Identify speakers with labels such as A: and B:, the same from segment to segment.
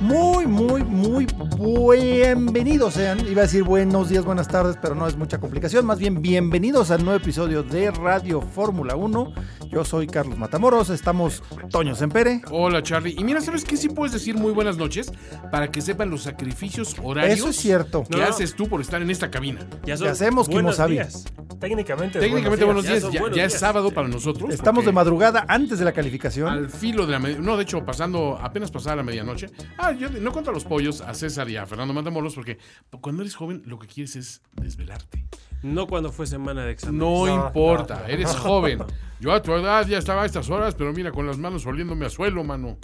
A: Muy, muy, muy bienvenidos sean. Iba a decir buenos días, buenas tardes, pero no es mucha complicación. Más bien, bienvenidos al nuevo episodio de Radio Fórmula 1. Yo soy Carlos Matamoros, estamos Toño Sempere.
B: Hola Charlie. Y mira, ¿sabes qué? Sí puedes decir muy buenas noches para que sepan los sacrificios horarios
A: Eso es cierto.
B: que
C: No.
B: haces tú por estar en esta cabina.
C: Ya
A: ¿Qué hacemos, Kimo
C: buenos
A: Sabi?
C: días. Técnicamente,
B: Técnicamente buenos días.
C: son
B: Ya,
C: buenos
B: ya es
C: días.
B: sábado para nosotros.
A: Estamos de
B: porque
A: madrugada antes de la calificación.
B: Al filo de la medianoche. Eh, No, de hecho, pasando, apenas pasada la medianoche. Ah, yo no cuento a los pollos, a César y a Fernando Matamoros, porque cuando eres joven lo que quieres es desvelarte.
C: No cuando fue semana de examen.
B: No, importa, eres joven. Yo a tu edad ya estaba a estas horas, pero mira, con las manos oliéndome a suelo, mano.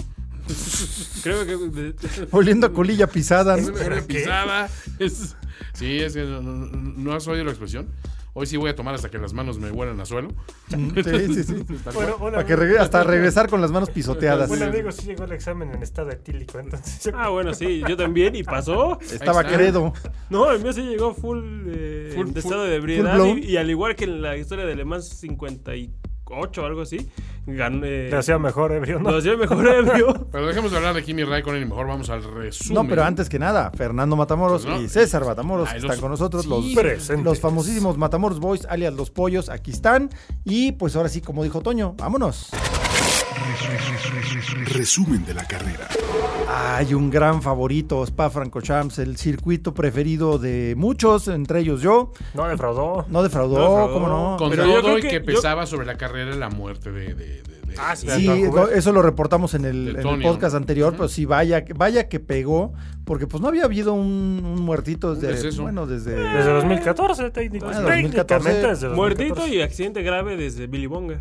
C: Creo que.
A: Oliendo a colilla pisada. ¿no?
B: Una pisada. Es- sí, es que no, no- no has oído la expresión. Hoy sí voy a tomar hasta que las manos me huelan a suelo.
A: Sí, sí, sí.
D: Bueno, un
A: Para que
D: amigo-
A: regre- hasta regresar con las manos pisoteadas.
D: Un amigo sí llegó al examen en estado etílico, entonces yo-
C: Ah, bueno, sí, yo también, y pasó.
A: Estaba
B: Ahí está.
A: credo.
C: No, el mío se llegó full, eh,
B: Full-
C: en
B: full-
C: estado de ebriedad.
A: blown.
C: Y, y al igual que en la historia de Le Mans 58 o algo así, eh, gané.
D: le hacía mejor ebrio, ¿no?
C: nos dio mejor ebrio.
B: Pero dejemos de hablar de Kimi Raikkonen y mejor vamos al resumen.
A: No, pero antes que nada, Fernando Matamoros
B: Pues no.
A: y César Matamoros
B: Ay,
A: están
B: los-
A: con nosotros,
B: sí,
A: los,
D: presentes.
A: los famosísimos Matamoros Boys, alias Los Pollos, aquí están. Y pues ahora sí, como dijo Toño, vámonos.
E: Resumen de la carrera.
A: Hay un gran favorito, Spa Francorchamps, el circuito preferido de muchos, entre ellos yo.
D: No defraudó.
A: No defraudó,
C: No defraudó.
A: ¿cómo no?
B: Con
C: Pero yo
B: todo
C: creo
B: y que,
C: que yo-
B: pesaba sobre la carrera la muerte de. de- de- de-
C: Ah, sí.
A: Sí,
D: Vancouver.
A: lo- eso lo reportamos en el,
B: De
A: en el
B: Tony,
A: podcast
B: ¿no?
A: anterior,
B: Ujú.
A: pero sí, vaya, que- vaya que pegó, porque pues no había habido un, un muertito desde,
B: deceso.
A: bueno, desde...
D: Desde 2014, técnico.
A: Ah, 2014.
D: técnicamente desde 2014.
C: Muertito y accidente grave desde Billy Bonger.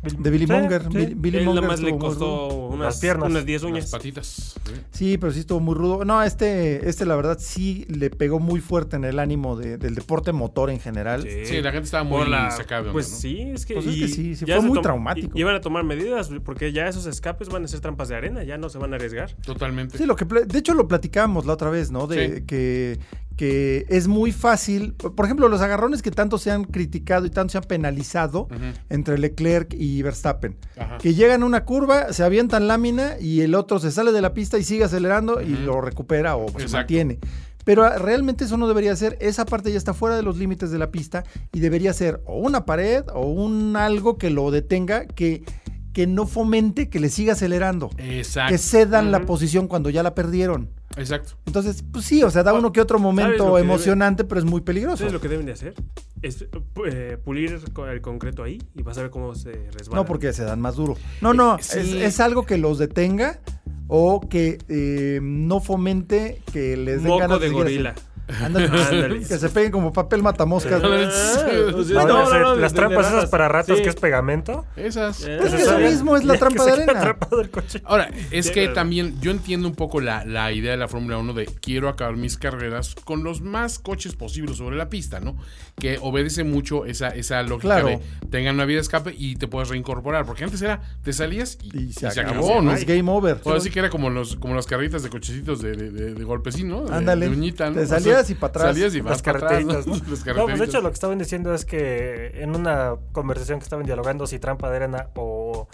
A: De Billy
D: Sí,
A: Monger.
D: sí.
A: Billy, Billy
C: Él
A: Monger
C: nada más le
A: estuvo muy rudo.
C: costó unas
D: Las piernas.
C: unas 10
B: Las
C: uñas.
B: patitas. ¿sí?
A: Sí, pero sí estuvo muy rudo. No, este, este la verdad sí le pegó muy fuerte en el ánimo de- del deporte motor en general.
C: Sí.
B: Sí, la gente estaba muy
C: Por la-
B: sacada de onda,
C: Pues
B: ¿no?
C: sí, es que.
A: Pues es
C: y
A: que sí, sí,
C: ya
A: fue
C: se
A: muy
C: tom-
A: traumático.
C: Y, y van a tomar medidas, porque ya esos escapes van a ser trampas de arena, ya no se van a arriesgar.
B: Totalmente.
A: Sí, lo que pla- de hecho lo platicábamos la otra vez, ¿no? De
B: Sí.
A: que, que es muy fácil. Por por ejemplo, los agarrones que tanto se han criticado y tanto se han penalizado
B: Ujú.
A: entre Leclerc y Verstappen.
B: Ajá.
A: Que llegan a una curva, se avientan lámina y el otro se sale de la pista y sigue acelerando y
B: Ujú.
A: lo recupera o se
B: Exacto.
A: mantiene. Pero ah, realmente eso no debería ser. Esa parte ya está fuera de los límites de la pista y debería ser o una pared o un algo que lo detenga que, que no fomente que le siga acelerando.
B: Exacto.
A: Que cedan la
C: Ujú.
A: posición cuando ya la perdieron.
B: Exacto.
A: Entonces, pues sí, o sea, da uno que otro
C: lo
A: momento
C: que
A: emocionante, pero es muy peligroso.
C: ¿Sabes lo que deben de hacer? Es eh, pulir co- el concreto ahí y vas a ver cómo se resbala.
A: No, porque se dan más duro. No, no,
B: Sí.
A: es, es algo que los detenga o que eh, no fomente que les den
C: Moco
A: ganas
C: de
A: seguir
C: gorila.
A: así. Ah, pues Ándale.
C: Ándale.
A: que se peguen como papel matamoscas.
B: Ándale.
C: o sea,
D: No,
C: Ah, pues no,
D: las,
C: no, no,
D: las
C: de-
D: trampas
C: de
D: esas para ratas
C: Sí.
D: que es pegamento.
B: Esas.
C: Eh,
A: es que
D: se
A: eso
D: salen.
A: mismo es la
D: Ya que
A: trampa
D: se
A: de
D: queda
A: arena.
D: atrapado el coche.
B: Ahora, es
C: Ya,
B: que
C: claro.
B: también yo entiendo un poco la, la idea de la Fórmula 1 de quiero acabar mis carreras con los más coches posibles sobre la pista, ¿no? Que obedece mucho esa, esa lógica
A: Claro.
B: de tengan una vida de escape y te puedes reincorporar. Porque antes era, te salías y,
A: Y se, acabó,
B: ¿no?
A: Es game over.
B: Ahora sí que era como, los, como las carritas de cochecitos de, de, de- de golpecín, ¿no? De-
A: Ándale.
B: de uñita, ¿no?
A: Te
B: O sea,
A: salías y pa' atrás.
B: Salías y vas
D: Las
B: para atrás, ¿no?
D: carreteritas, ¿no?
B: Las
D: No, pues de hecho
B: carreteritas.
D: lo que estaban diciendo es que en una conversación que estaban dialogando si trampa de arena o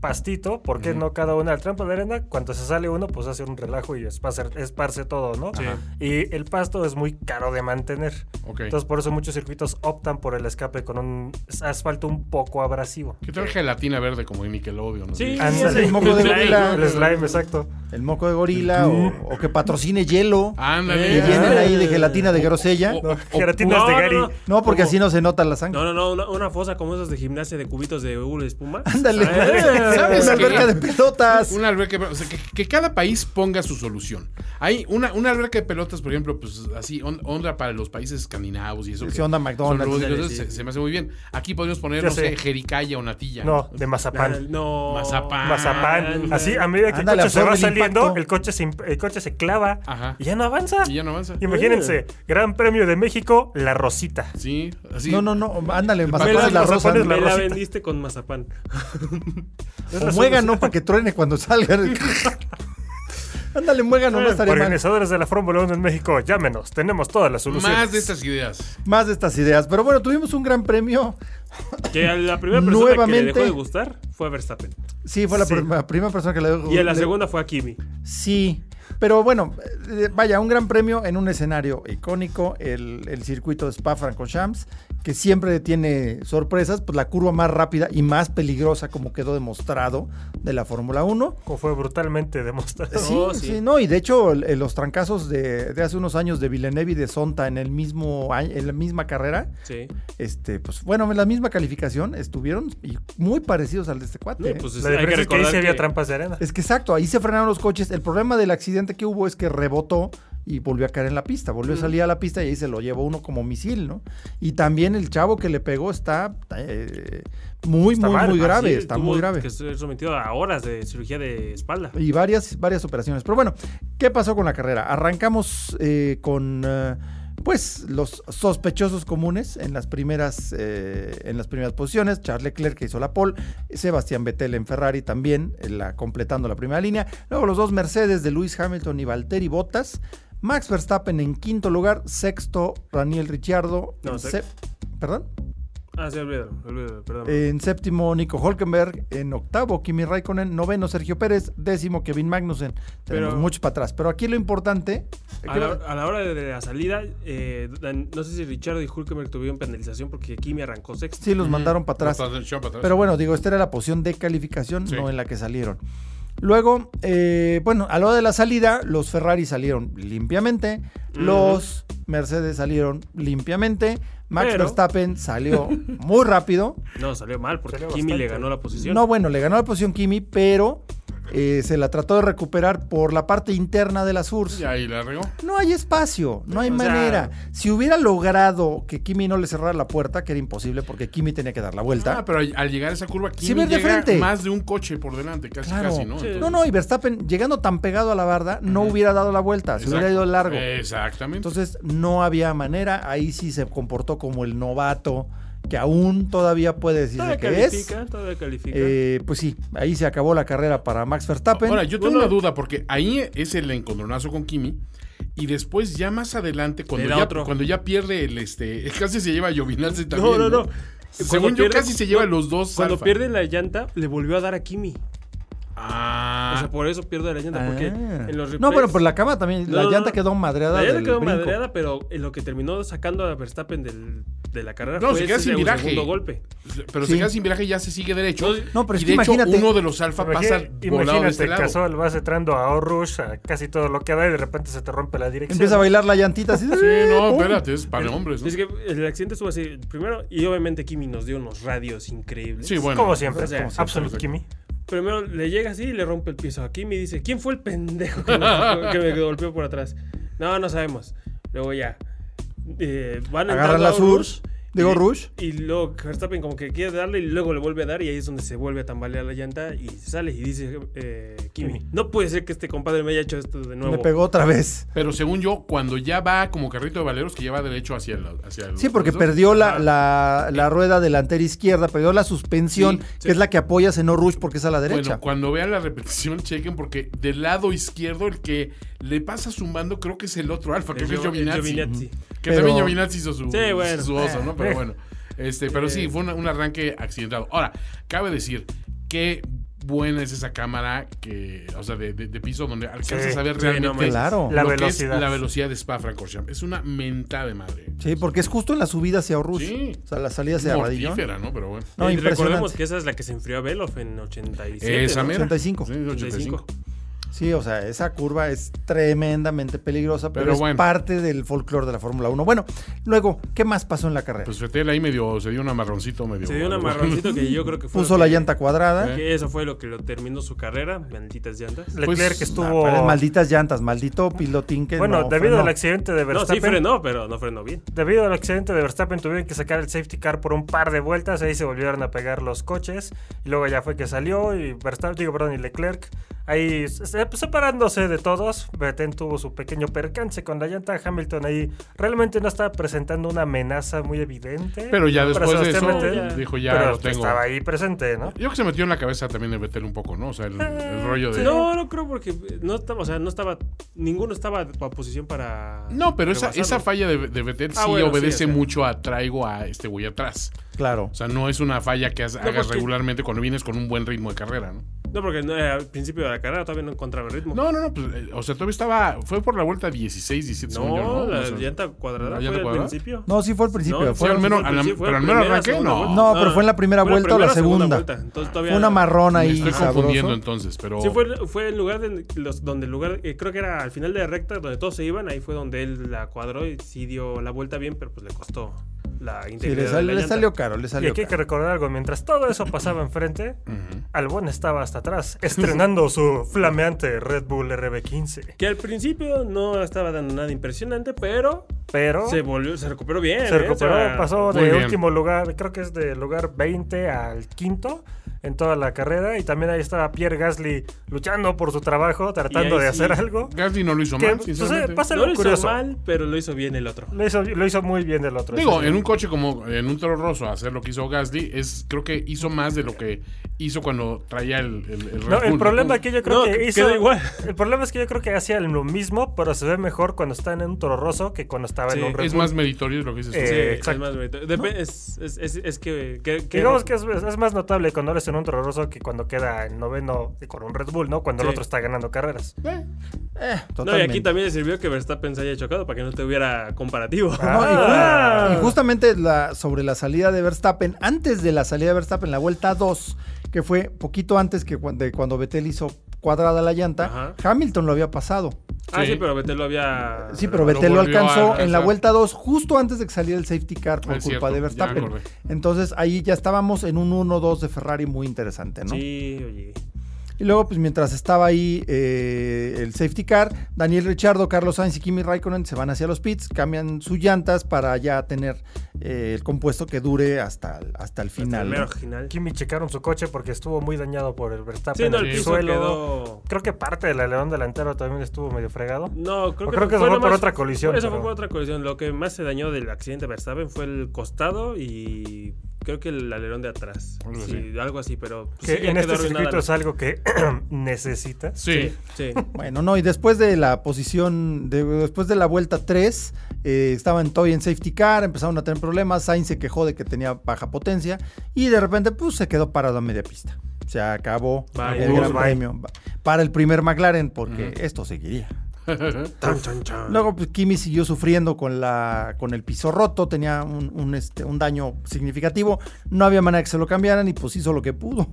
D: pastito, ¿por qué no cada una? El trampa de arena, cuando se sale uno, pues hace un relajo y esparce, esparce todo, ¿no?
B: Sí.
D: Y el pasto es muy caro de mantener.
B: Ok.
D: Entonces por eso muchos circuitos optan por el escape con un asfalto un poco abrasivo.
B: ¿Qué tal gelatina verde como en Nickelodeon? ¿no?
C: Sí,
D: Ándale.
C: sí.
A: Moco de
C: Sí.
A: gorila.
D: El slime, exacto.
A: El moco de gorila o, o que patrocine hielo.
B: Ah, Ándale.
A: Que llenen ahí de
C: Eh. oh.
A: gelatina de grosella.
B: O-
D: No,
B: o-
D: gelatinas de
C: no,
D: Gary.
C: no, no.
A: No, porque
C: ¿Cómo?
A: así no se nota la sangre.
C: No, no, no, una, una fosa como esas de gimnasia de cubitos de hule espuma.
A: Ándale.
C: Ah,
B: ¿Sabes
A: una
B: qué?
A: alberca de pelotas.
B: Una alberca de pelotas. O sea, que, que cada país ponga su solución. Hay una, una alberca de pelotas, por ejemplo, pues así, on- onda para los países escandinavos y eso.
A: Sí,
B: que
A: onda
B: son
A: McDonald's,
B: rúdicos,
A: sí,
B: entonces
A: sí.
B: se, se me hace muy bien. Aquí podríamos poner,
D: Ya
B: no sé,
D: sé.
B: jericaya o natilla.
D: No, de
C: La-
D: mazapán.
C: no.
B: Mazapán.
D: Mazapán.
C: Ándale.
D: Así, a medida que
A: Ándale,
D: el coche se
A: absorbe
D: va
A: el
D: saliendo,
A: impacto.
D: el coche, se, imp- el coche se clava
B: Ajá.
D: y ya no avanza.
B: Y ya Eh. no avanza.
D: Imagínense, Gran Premio de México, La Rosita.
B: Sí, así.
A: No, no, no. Ándale, más
D: Me
A: la
D: la-
A: rosa.
D: pones
C: Me
D: la
C: la
D: rosita.
C: vendiste con mazapán.
D: Es
A: O
D: la
A: muégano para que truene cuando salga. Ándale, muégano, no
D: solución.
A: estaría mal.
D: Organizadores Eh, de la Fórmula 1 en México, llámenos. Tenemos todas las soluciones.
B: Más de estas ideas.
A: Más de estas ideas. Pero bueno, tuvimos un gran premio.
C: Que a la primera persona que le
A: Nuevamente.
C: dejó de gustar fue a Verstappen.
A: Sí, fue la
D: Sí.
A: prima- primera persona que le dio.
C: Y a la
A: le-
C: segunda fue a Kimi.
A: Sí, pero bueno, eh, vaya, un gran premio en un escenario icónico, el, el circuito de Spa-Francorchamps, que siempre tiene sorpresas, pues la curva más rápida y más peligrosa, como quedó demostrado, de la Fórmula 1.
D: Como fue brutalmente demostrado.
A: Sí,
C: Oh,
A: sí,
C: sí.
A: no, y de hecho el- el- los trancazos de, de hace unos años de Villeneuve y de Sonta en el mismo año- en la misma carrera,
C: Sí.
A: este, pues bueno, en la misma calificación estuvieron y muy parecidos al de este cuate.
C: No, y
A: ¿eh?
C: pues
D: La
C: hay que
D: diferencia es que ahí
C: recordar
D: sí
C: que,
D: había trampas de arena.
A: Es que exacto, ahí se frenaron los coches. El problema del accidente que hubo es que rebotó y volvió a caer en la pista. Volvió a salir a la pista y ahí se lo llevó uno como misil, ¿no? Y también el chavo que le pegó está eh, muy,
D: Está
A: muy,
D: mal,
A: muy grave.
C: sí,
A: está
C: tuvo
A: muy grave.
C: Que ser sometido a horas de cirugía de espalda.
A: Y varias, varias operaciones. Pero bueno, ¿qué pasó con la carrera? Arrancamos eh, con... eh, pues los sospechosos comunes en las primeras eh, en las primeras posiciones, Charles Leclerc que hizo la pole, Sebastián Vettel en Ferrari también eh, la, completando la primera línea, luego los dos Mercedes de Lewis Hamilton y Valtteri Bottas, Max Verstappen en quinto lugar, sexto Daniel Ricciardo,
C: No,
A: en
C: sec-
A: sé- perdón,
C: Ah, sí, olvídalo, olvídalo, perdón.
A: en séptimo, Nico Holkenberg. En octavo, Kimi Raikkonen. Noveno, Sergio Pérez. Décimo, Kevin Magnussen. Tenemos
C: Pero-
A: mucho para atrás. Pero aquí lo importante.
C: a, la, a la hora de la salida, eh, Dan- no sé si Richard y Hulkenberg tuvieron penalización porque Kimi arrancó sexto.
A: Sí, los mandaron para atrás. Pero bueno, digo, esta era la posición de calificación,
B: Sí.
A: no en la que salieron. Luego, eh, bueno, a la hora de la salida, los Ferrari salieron limpiamente, los Mercedes salieron limpiamente, Max
C: Pero-
A: Verstappen salió muy rápido.
C: No, salió mal porque
D: Salió
C: Kimi le
D: bastante.
C: ganó la posición.
A: No, bueno, le ganó la posición Kimi, pero eh, se la trató de recuperar por la parte interna de las URSS.
B: Y ahí la regó.
A: No hay espacio, no hay
C: O sea-
A: manera. Si hubiera logrado que Kimi no le cerrara la puerta, que era imposible porque Kimi tenía que dar la vuelta.
B: Ah, pero al al llegar a esa curva, Kimi
A: Sí, ver de
B: llega
A: frente.
B: más de un coche por delante, casi,
A: Claro.
B: casi, ¿no?
C: Sí.
B: Entonces-
A: no, no, y Verstappen llegando tan pegado a la barda, no hubiera dado la vuelta, se hubiera
B: Exacto.
A: ido largo.
B: Exactamente.
A: Entonces no había manera, ahí sí se comportó como el novato que aún todavía puede decirse
C: todavía
A: que es.
C: Ah, califica, todavía califica.
A: Eh, pues sí, ahí se acabó la carrera para Max Verstappen.
B: Ahora, yo tengo
C: Bueno.
B: una duda, porque ahí es el encontronazo con Kimi. Y después, ya más adelante, cuando,
C: Le da
B: ya,
C: otro.
B: cuando ya pierde el este. Casi se lleva a Giovinazzi también.
C: no, no, no.
B: Según
C: Cuando
B: yo,
C: pierde-
B: casi se lleva
C: no,
B: los dos.
C: Cuando
B: alfa.
C: pierde la llanta, le volvió a dar a Kimi.
B: Ah.
C: O sea, por eso pierde la llanta.
A: Ah.
C: Porque en los replays,
A: no, bueno, pues la cama también, la
C: No, no,
A: llanta
C: no.
A: quedó madreada.
C: La llanta
A: del
C: quedó
A: brinco.
C: madreada, pero en lo que terminó sacando a Verstappen del- de la carrera
B: No,
C: fue
B: se queda
C: ese
B: sin viraje.
C: segundo golpe.
B: pero
A: sí.
B: se queda sin viraje y ya se sigue derecho.
A: No, pero
B: y
A: es
B: de
A: que
B: hecho,
A: imagínate-
B: uno de los alfa pasa
D: Imagínate,
B: volado de este lado.
D: casual, vas entrando a Orush, a casi todo lo que da y de repente se te rompe la dirección.
A: Empieza a bailar la llantita así.
B: Sí,
A: Uh.
B: no, espérate, es para hombres. Pues, ¿no?
C: Es que el accidente estuvo así primero y obviamente Kimi nos dio unos radios increíbles.
B: Sí, bueno.
D: Como siempre,
C: O sea,
D: como siempre, Absolute Kimi.
C: Primero le llega así y le rompe el piso a Kimi y dice, ¿quién fue el pendejo que, nos- que me golpeó por atrás? No, no sabemos. Luego ya. eh, van
A: Agarran
C: entrando a
A: las
C: un
A: Urs, digo,
C: y-
A: Rush.
C: Y luego Verstappen como que quiere darle y luego le vuelve a dar y ahí es donde se vuelve a tambalear la llanta y sale y dice eh, Kimi,
D: Kimi.
C: no puede ser que este compadre me haya hecho esto de nuevo.
A: Me pegó otra vez.
B: Pero según yo, cuando ya va como carrito de valeros, que ya va derecho hacia el. Hacia el-
A: Sí, porque
B: ¿no?
A: perdió
B: Ah.
A: la, la- la rueda delantera izquierda, perdió la suspensión,
B: Sí, sí.
A: que es la que apoyas en no rush porque es a la derecha.
B: Bueno, cuando vean la repetición, chequen, porque del lado izquierdo, el que le pasa zumbando, creo que es el otro alfa,
C: El
B: creo que es
C: Gio- el
B: Giovinazzi.
C: Giovinazzi.
B: Que
A: Pero-
B: también Giovinazzi hizo su,
C: Sí, bueno. Eh.
B: su oso, ¿no? Pero
D: Eh.
B: bueno. Este, pero sí, fue una- un arranque accidentado. Ahora, cabe decir que buena es esa cámara que, o sea, de, de- de piso donde alcanzas
D: Sí,
B: a ver
C: sí,
B: realmente
C: no manches.
A: Claro.
D: La
B: lo que es
D: velocidad.
B: la velocidad de Spa-Francorchamps. Es una mentada de madre.
A: Sí, porque es justo en la subida hacia Rush.
B: Sí.
A: O sea, la salida hacia Radillón.
B: Mortífera, ¿no? Pero bueno.
A: No,
C: Y
A: impresionante.
C: recordemos que esa es la que se enfrió a Veloff en 87.
B: Esa
C: ¿no?
B: mera.
A: 85.
B: Sí, 85.
A: Sí, o sea, esa curva es tremendamente peligrosa, pero,
B: Pero
A: es
B: bueno.
A: parte del folclore de la Fórmula 1. Bueno, luego, ¿qué más pasó en la carrera?
B: Pues Fetel ahí medio, se dio un amarroncito medio.
C: Se dio un amarroncito que yo creo que fue.
A: Puso
C: lo
A: la
C: que-
A: llanta cuadrada.
C: Que eso fue lo que lo terminó su carrera. Benditas llantas.
D: Leclerc
B: Pues,
D: estuvo.
A: Pero malditas llantas, maldito pilotín que
D: bueno,
A: no
D: debido
A: frenó.
D: al accidente de
C: No,
D: Verstappen.
C: sí frenó, pero no frenó bien.
D: Debido al accidente de Verstappen tuvieron que sacar el safety car por un par de vueltas, ahí se volvieron a pegar los coches y luego ya fue que salió y Verstappen, digo, perdón, y Leclerc ahí se- se- pues, separándose de todos, Vettel tuvo su pequeño percance con la llanta Hamilton ahí realmente no estaba presentando una amenaza muy evidente.
B: Pero ya
D: para
B: después de eso,
D: Sebastián Vettel,
B: dijo, ya
D: pero pues,
B: lo tengo.
D: estaba ahí presente, ¿no?
B: Yo creo que se metió en la cabeza también de Vettel un poco, ¿no? O sea, el, el
D: Eh,
B: rollo de...
C: No, no creo porque no estaba, o sea, no estaba, ninguno estaba a posición para.
B: No, pero esa,
C: rebasarlo.
B: esa falla de, de Vettel
C: Ah,
B: sí
C: bueno, sí,
B: obedece
C: o sea.
B: mucho a traigo a este güey atrás.
A: Claro.
B: O sea, no es una falla que has- hagas
C: porque-
B: regularmente cuando vienes con un buen ritmo de carrera, ¿no?
C: pues No, porque no, eh, al principio de la carrera todavía no encontraba el ritmo.
B: No, no, no, pues, eh, o sea, todavía estaba, fue por la vuelta 16, 17,
C: No,
B: según yo, ¿no?
C: la
B: O sea,
C: llanta cuadrada
B: ¿la
C: fue
B: llanta
C: al
B: cuadrada?
C: principio.
A: No, sí fue al principio.
C: No,
A: fue
B: sí, al menos-
C: fue
B: a la-
C: principio,
B: pero al
C: primera,
B: menos arranqué,
C: segunda
B: no.
C: vuelta.
A: No, pero fue en la primera
C: fue
A: vuelta o la
C: segunda
A: segunda.
C: vuelta, entonces todavía-
A: fue una marrona
B: Me
A: ahí
B: estoy
A: sabroso.
B: confundiendo entonces, pero...
C: Sí, fue, fue el lugar de los- donde el lugar, eh, creo que era al final de la recta donde todos se iban, ahí fue donde él la cuadró y sí dio la vuelta bien, pero pues le costó la
A: Sí,
C: integridad.
A: le,
C: de
A: sal-
C: la
A: le
C: llanta.
A: salió caro, le
D: Y
A: salió
D: aquí hay que
A: caro.
D: recordar algo, mientras todo eso pasaba enfrente,
B: Ujú.
D: Albon estaba hasta atrás, estrenando su flameante Red Bull RB15.
C: Que al principio no estaba dando nada impresionante, pero
D: Pero
C: se volvió, se recuperó bien.
D: Se
C: ¿eh?
D: recuperó,
C: O sea,
D: pasó
B: Muy
D: de
B: bien.
D: último lugar, creo que es de lugar 20 al quinto en toda la carrera. Y también ahí estaba Pierre Gasly luchando por su trabajo, tratando
C: ahí
D: de
C: sí.
D: hacer algo.
B: Gasly no lo hizo
D: Que,
B: mal,
D: pues,
B: sinceramente.
D: pasa
C: No
D: algo
C: lo hizo
D: curioso.
C: mal, pero lo hizo bien el otro.
D: Lo hizo, lo hizo muy bien el otro.
B: Digo,
D: eso sí.
B: en un coche como en un toro rosso hacer lo que hizo Gasly es creo que hizo más de lo que hizo cuando traía el, el, el Red
D: No, el
B: Bull.
D: problema aquí yo creo
C: No,
D: que
C: que-
D: hizo.
C: queda igual.
D: El problema es que yo creo que hacía lo mismo, pero se ve mejor cuando está en un toro rosso que cuando estaba
C: Sí,
D: en un Red
B: es
D: Bull.
B: más meritorio lo que dices tú.
D: Eh,
C: Sí, es
D: exacto.
C: más bonito. Depe- es, es- es- es que, que- que-
D: Digamos que es, es más notable cuando eres en un toro rosso que cuando queda en noveno con un Red Bull, ¿no? Cuando el
C: Sí.
D: otro está ganando carreras.
B: Eh,
A: Eh,
C: No, y
A: totalmente.
C: aquí también le sirvió que Verstappen se haya chocado para que no te hubiera comparativo.
A: No, y ju-
D: Ah.
A: y justamente la, sobre la salida de Verstappen, antes de la salida de Verstappen, la vuelta 2, que fue poquito antes que cu- de cuando Vettel hizo cuadrada la llanta,
C: Ajá.
A: Hamilton lo había pasado.
C: Ah, sí,
B: Sí.
C: pero Vettel lo había.
A: Sí, pero
B: Lo
A: Vettel lo
B: volvió a
A: alcanzó en la
B: alcanzar.
A: vuelta 2, justo antes de que saliera el safety car por
B: Es
A: culpa
B: cierto,
A: de
B: ya
A: Verstappen.
B: acordé.
A: Entonces ahí ya estábamos en un 1-2 de Ferrari muy interesante, ¿no?
C: Sí, oye.
A: Y luego, pues mientras estaba ahí eh, el safety car, Daniel Richardo, Carlos Sainz y Kimi Raikkonen se van hacia los pits, cambian sus llantas para ya tener eh, el compuesto que dure hasta, el- hasta el
C: Hasta el
A: final.
C: mero
A: ¿no?
C: final.
D: Kimi checaron su coche porque estuvo muy dañado por el Verstappen
C: Sí, no,
D: en
C: el
D: el
C: piso
D: suelo.
C: quedó.
D: Creo que parte del alerón delantero también estuvo medio fregado.
C: No, creo
D: O
C: que,
D: creo que eso
C: lo
D: fue por otra colisión,
C: Eso
D: pero-
C: fue por otra colisión. Lo que más se dañó del accidente de Verstappen fue el costado y creo que el alerón de atrás.
B: Algo
C: sí, algo así, pero. pues,
D: Que
C: sí, ya
D: en
C: quedó
D: este
C: arruinada
D: circuito
C: la-
D: es algo que necesitas.
B: Sí.
C: Sí.
A: Bueno, no, y después de la posición, de- después de la vuelta 3, eh, estaban todavía en safety car, empezaron a tener problemas, Sainz se quejó de que tenía baja potencia y de repente, pues se quedó parado a media pista. Se acabó
C: Bye.
A: el gran
D: Bye.
A: premio para el primer McLaren porque esto seguiría.
C: Chan, chan, chan.
A: Luego pues, Kimi siguió sufriendo con, la, con el piso roto, tenía un, un, este, un daño significativo, no había manera que se lo cambiaran y pues hizo lo que pudo.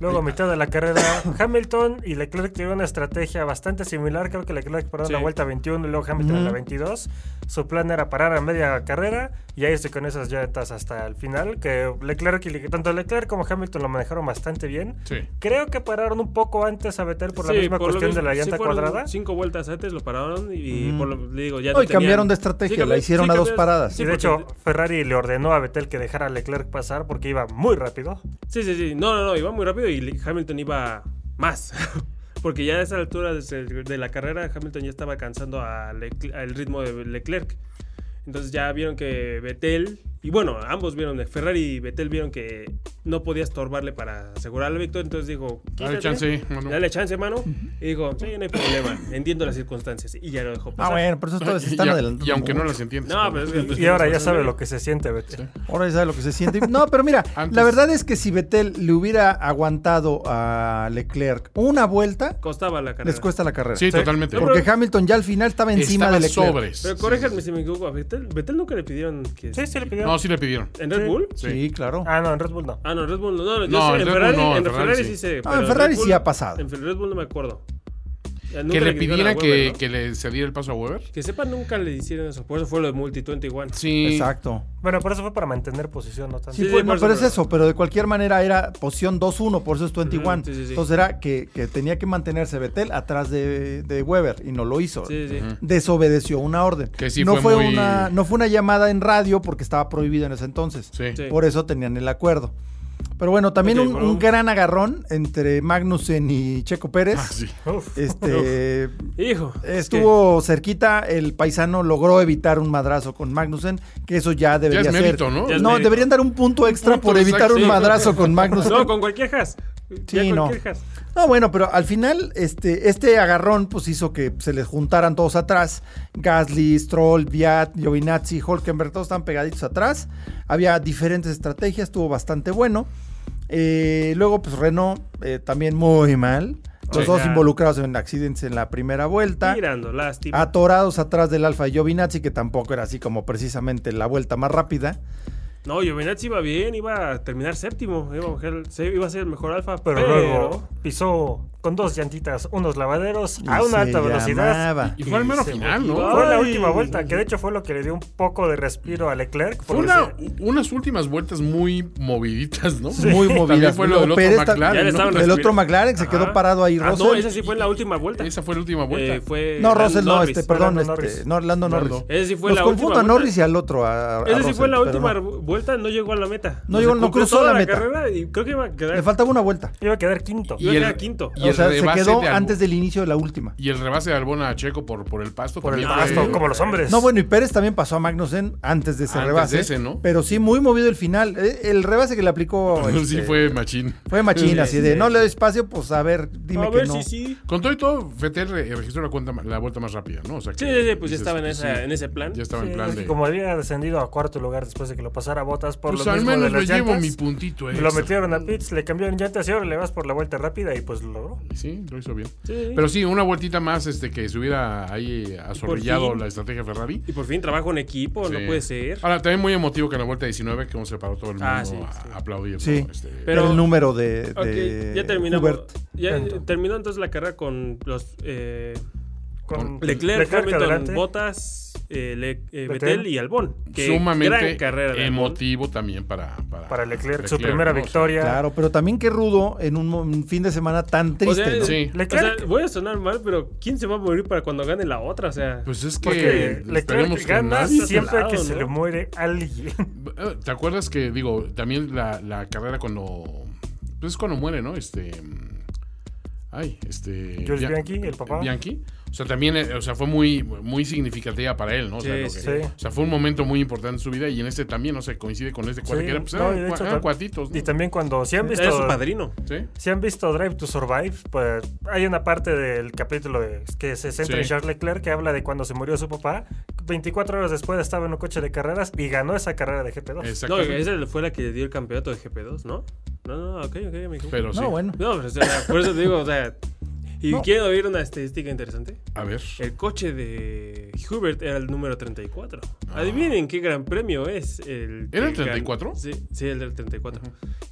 D: Luego, a mitad de la carrera, Hamilton y Leclerc tuvieron una estrategia bastante similar. Creo que Leclerc paró en la
C: Sí.
D: vuelta 21 y luego Hamilton en la
A: Ujú.
D: 22. Su plan era parar a media carrera y ahí irse con esas llantas hasta el final. Que Leclerc y Le- tanto Leclerc como Hamilton lo manejaron bastante bien.
B: Sí.
D: Creo que pararon un poco antes a Vettel por la
C: Sí,
D: misma
C: por lo
D: cuestión de
C: mismo,
D: la
C: sí
D: llanta
C: fueron
D: cuadrada.
C: Cinco vueltas antes lo pararon y,
A: Mm.
C: por lo, le digo, ya
A: No, y
C: tenían-
A: cambiaron de estrategia, la hicieron a dos
C: cambiaron-
A: paradas.
C: sí,
D: y de
C: porque-
D: hecho, Ferrari le ordenó a Vettel que dejara a Leclerc pasar porque iba muy rápido.
C: Sí, sí, sí. No, no, no, iba muy rápido y le- Hamilton iba más. Porque ya a esa altura desde- de, la carrera, Hamilton ya estaba alcanzando a Lecl- al ritmo de Leclerc. Entonces ya vieron que Vettel, y bueno, ambos vieron, Ferrari y Vettel vieron que no podía estorbarle para asegurar la victoria. Entonces dijo,
B: Dale
C: "Quítate,
B: chance, mano.
C: Dale chance, mano. Y dijo, sí, no hay problema. Entiendo las circunstancias. Y ya lo dejó pasar.
A: Ah, bueno, pero eso todo se
B: Y-
A: están
B: y-
A: adelantando.
B: Y aunque no
A: mucho.
B: las entiendas.
C: No, pero Pues es que-
D: Y ahora ya sabe lo que se siente Vettel.
A: Ahora ya sabe lo que se siente. No, pero mira,
B: Antes-
A: la verdad es que si Vettel le hubiera aguantado a Leclerc una vuelta,
C: Costaba la carrera.
A: les cuesta la carrera.
B: Sí, totalmente.
C: No,
A: Porque Hamilton ya al final estaba encima
B: Estaba
A: de Leclerc.
B: sobres.
C: Pero
B: Sí,
C: corríjanme si me equivoco. ¿A Vettel, Vettel nunca le pidieron que. Eh,
D: Sí, sí, le
B: sí.
D: pidió.
B: No, sí le pidieron.
C: ¿En Red
D: Sí.
C: Bull?
A: Sí, claro.
D: Ah, no, en Red Bull no.
C: Ah, no, Red Bull no. No, yo
B: No,
C: sé,
B: en
C: en,
B: Red Bull
C: Ferrari,
B: no, en
C: en
B: Ferrari
C: Ferrari
B: sí.
C: sí se.
A: Ah,
C: pero
A: en Ferrari
C: Red
A: sí ha pasado.
C: En Red Bull no me acuerdo. Ya nunca
B: Que le
C: quitaron a
B: pidiera que,
C: Weber, ¿no?
B: que le cediera el paso a Weber.
C: Que sepa, nunca le hicieron eso. Por eso fue lo de Multi 21.
B: Sí.
A: Exacto.
D: Bueno, por eso fue para mantener posición, no tanto.
A: Sí,
C: Sí,
A: fue-
C: sí,
A: no,
C: por
A: pero es
C: eso,
A: eso, pero de cualquier manera era posición 2-1, por eso es 21.
C: Ujú, sí, sí, sí.
A: Entonces era que, que tenía que mantenerse Betel atrás de, de Weber y no lo hizo.
C: Sí, sí.
A: Desobedeció una orden.
B: Que sí
A: no
B: fue muy-
A: una, no fue una llamada en radio porque estaba prohibido en ese entonces.
B: Sí.
C: Sí.
A: Por eso tenían el acuerdo. Pero bueno, también
C: Ok,
A: un,
C: bueno.
A: un gran agarrón entre Magnussen y Checo Pérez.
B: Ah, sí.
D: Uf.
A: Este
C: Hijo. es que-
A: estuvo cerquita, el paisano logró evitar un madrazo con Magnussen, que eso ya debería
B: es
A: ser.
B: mérito, ¿no?
C: Ya es
A: No,
C: mérito.
A: deberían dar un punto extra
B: punto
A: por evitar
B: exacto,
A: un
C: sí.
A: madrazo con Magnussen.
C: No,
A: No,
C: con cualquier has. Ya
A: Sí, no.
C: cualquier has.
A: bueno, pero al final este, este agarrón pues hizo que se les juntaran todos atrás. Gasly, Stroll, Viat, Giovinazzi, Holkenberg, todos estaban pegaditos atrás. Había diferentes estrategias, estuvo bastante bueno. Eh, luego pues Renault eh, también muy mal. Los
B: Sí.
A: dos
C: Ya.
A: involucrados en accidentes en la primera vuelta.
C: Tirando, lástima.
A: Ah. Atorados atrás del Alfa Giovinazzi, que tampoco era así como precisamente la vuelta más rápida.
C: No, Giovinazzi iba bien, iba a terminar séptimo. Iba a, bajar- se- iba a ser el mejor alfa, pero,
D: Pero luego pisó con dos llantitas, unos lavaderos a
A: Y
D: una
A: se
D: alta velocidad.
A: llamaba.
B: Y fue al mero
D: se
B: final, ¿no?
C: motivó.
D: Fue la
C: Ay.
D: última vuelta, que de hecho fue lo que le dio un poco de respiro a Leclerc.
B: Fue
D: porque
B: una-
D: se-
B: unas últimas vueltas muy moviditas, ¿no?
A: Muy movidas.
B: También fue lo del otro
A: Pérez ta-
B: McLaren.
C: Ya le
B: ¿no?
C: estaban
A: El otro
C: respira-
A: McLaren se quedó
C: Ajá.
A: parado ahí,
C: Ah,
A: Russell.
C: no, esa sí fue la última vuelta.
B: Esa fue la última vuelta.
C: Eh, fue
A: No,
C: Dan
A: Russell no,
C: Norris.
A: este, perdón,
D: Lando
A: este,
D: Norris.
A: no, Lando
B: Lando.
A: Norris.
C: Esa sí fue
A: Los
C: la
A: confundo
C: última
A: a
C: vuelta.
A: Norris y al otro. A, a
C: Esa sí
A: Russell,
C: fue la
A: pero
C: última
A: no.
C: vu- vuelta, no llegó a la meta.
A: No llegó- no
C: cumplió
A: cruzó
C: toda
A: la meta.
C: carrera y creo que iba a quedar.
A: Le faltaba una vuelta.
D: Iba a quedar quinto.
C: iba a quedar quinto.
B: y
A: O
B: el
A: sea, se
B: rebase
A: quedó
B: de Albon-
A: antes del inicio de la última.
B: Y el rebase de Albon a Checo por, por el pasto.
D: Por el
B: también fue-
D: pasto, como los hombres.
A: No, bueno, y Pérez también pasó a Magnussen antes de ese
B: Antes
A: rebase.
B: de ese, ¿no?
A: Pero sí, muy movido el final. Eh, El rebase que le aplicó.
B: sí,
A: este,
B: fue machín.
A: Fue machín,
C: Sí,
A: así
C: sí,
A: de
C: sí.
A: no le doy espacio, pues a ver, dime
C: a
A: que
C: ver
A: no.
C: si sí.
B: Con todo y todo, Vettel re- registró la, cuenta, ma- la vuelta más rápida, ¿no? O sea, que
C: Sí, sí, sí, pues ya
B: dices,
C: estaba en, esa,
B: sí,
C: en ese plan.
B: Ya estaba
D: Sí,
B: en plan
D: es que
B: de...
D: Como había descendido a cuarto lugar después de que lo pasara Botas por
B: Pues
D: lo
B: al
D: mismo
B: menos
D: de
B: me
D: las
B: llevo
D: llantas.
B: mi puntito
D: lo
B: extra.
D: metieron a Pitts, le cambiaron llantas y ahora le vas por la vuelta rápida y pues lo logró.
B: Sí, lo hizo bien.
C: Sí, sí.
B: Pero sí, una vueltita más este, que se hubiera ahí azorrillado
C: fin.
B: la estrategia Ferrari.
C: Y por fin trabajo en equipo, no
B: Sí. Ah,
C: puede ser.
B: Ahora, también muy emotivo que en la vuelta 19, que se paró todo el mundo
C: Ah, sí,
B: a
C: sí.
B: a aplaudir.
A: Sí.
B: ¿no? Este,
C: Pero-
A: el número de,
C: Ok,
A: de
C: ya terminamos.
A: Hubert.
C: Ya eh,
D: Tanto.
C: terminó entonces la carrera con los eh,
D: Con
C: Leclerc, Hamilton,
D: adelante.
C: Bottas, eh, Le- eh,
D: Vettel.
C: Vettel y Albon. Que
B: sumamente
C: gran carrera de Albon.
B: emotivo también para, para,
D: Para Leclerc, su
B: ¿no?
D: primera
B: O sea,
D: victoria.
A: Claro, pero también qué rudo en un, mo- un fin de semana tan triste.
C: O sea,
A: ¿no?
B: Sí.
D: Leclerc-
C: o sea, voy a sonar mal, pero ¿quién se va a morir para cuando gane la otra? O sea,
B: Pues es que
D: Porque
B: esperemos
D: Leclerc
B: que
D: gana
B: nadie-
D: siempre
C: pelado,
D: que se
C: ¿no?
D: le muere alguien.
B: Eh, ¿Te acuerdas que, digo, también la, la carrera cuando. Pues es cuando muere, ¿no? Este. mm, Ay, este.
D: George
B: Bia-
D: Bianchi, el papá.
B: Bianchi. O sea, también, eh, o sea, fue muy, muy significativa para él, ¿no? O sea,
C: Sí,
B: lo que-
D: sí.
B: o sea, fue un momento muy importante en su vida y en este también, o sea, coincide con este cuate
D: Sí,
B: que era, pues,
D: no, y
B: eran
D: de
B: cua-
D: hecho
B: eran
D: tam-
B: cuatitos, ¿no?
D: Y también cuando si han
C: era su
D: visto
C: padrino.
B: ¿Sí?
D: si han visto Drive to Survive, pues hay una parte del capítulo de- que se centra
B: Sí.
D: en Charles Leclerc que habla de cuando se murió su papá. 24 horas después estaba en un coche de carreras y ganó esa carrera de GP2.
C: No,
B: Exactamente.
C: esa fue la que le dio el campeonato de GP2, ¿no? No, no, ok, ok, me equivoco.
B: Pero sí.
A: No, bueno.
C: No, pero o sea, por eso te digo, o sea. Y
A: No.
C: quiero oír una estadística interesante.
B: A ver.
C: El coche de Hubert era el número 34. Adivinen qué gran premio es. El
B: Ah. ¿Era el
C: que gan-
B: 34?
C: Sí, sí, el del 34.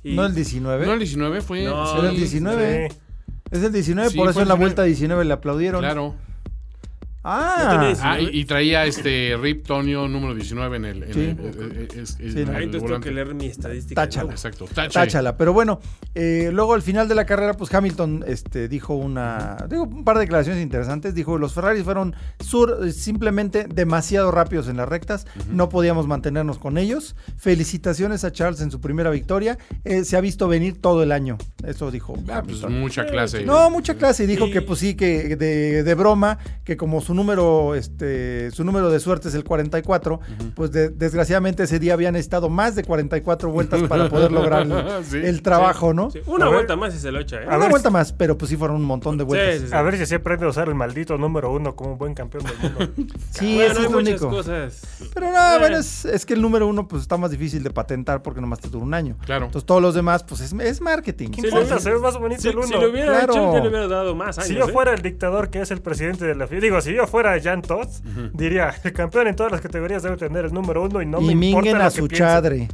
C: Y-
A: No el 19.
B: No, el 19 fue.
C: No,
B: sí,
A: Era el 19.
D: Sí.
A: Es el 19,
B: Sí,
A: por eso
B: fue
A: en la
B: el 19.
A: vuelta 19 le aplaudieron.
B: Claro.
C: No tenía
A: Ah,
C: 19.
B: Ah, y, y traía este Rip Tonio número 19 en el. En
A: Sí.
B: el, eh, eh, es- es-
A: Sí,
B: en
A: no.
C: Ah,
B: el
C: entonces tengo
B: volante.
C: que leer mi estadística.
A: Táchala.
B: Exacto. Tache.
A: táchala. Pero bueno, eh, luego al final de la carrera, pues Hamilton este, dijo una, digo, un par de declaraciones interesantes. Dijo, los Ferraris fueron sur, eh, simplemente demasiado rápidos en las rectas, no podíamos mantenernos con ellos. Felicitaciones a Charles en su primera victoria. Eh, se ha visto venir todo el año. Eso dijo.
B: Ah, pues
A: Hamilton.
B: mucha clase.
A: No, mucha clase. Y dijo
C: Y-
A: que, pues sí, que de, de broma, que como su número, este, su número de suerte es el 44, pues de- desgraciadamente ese día habían estado más de 44 vueltas para poder lograr el,
B: Sí,
A: el trabajo, ¿no?
C: Sí, Una
D: A ver.
C: vuelta más y se lo echa, ¿eh?
A: Una
D: ver.
A: vuelta más, pero pues sí fueron un montón de vueltas.
C: Sí, sí, sí.
D: A ver si se aprende a usar el maldito número uno como un buen campeón del mundo.
A: Sí, ese
C: Bueno, hay
A: es lo
C: muchas
A: único.
C: cosas.
A: Pero no,
C: Eh.
A: bueno, es, es que el número uno pues está más difícil de patentar porque nomás te dura un año.
B: Claro.
A: Entonces todos los demás pues es, es marketing.
D: ¿Qué
C: Sí,
D: importa?
C: lo-
D: Se ve más bonito
C: Si,
D: el uno.
C: si lo hubiera
A: Claro.
C: hecho, yo le hubiera dado más años.
D: Si yo
C: ¿eh?
D: fuera el dictador que es el presidente de la FIA, digo, si yo fuera Jan Todd, diría, el campeón en todas las categorías debe tener el número uno y no
A: y
D: me importa
A: minguen
D: lo
A: a
D: que
A: su
D: piense".
A: chadre.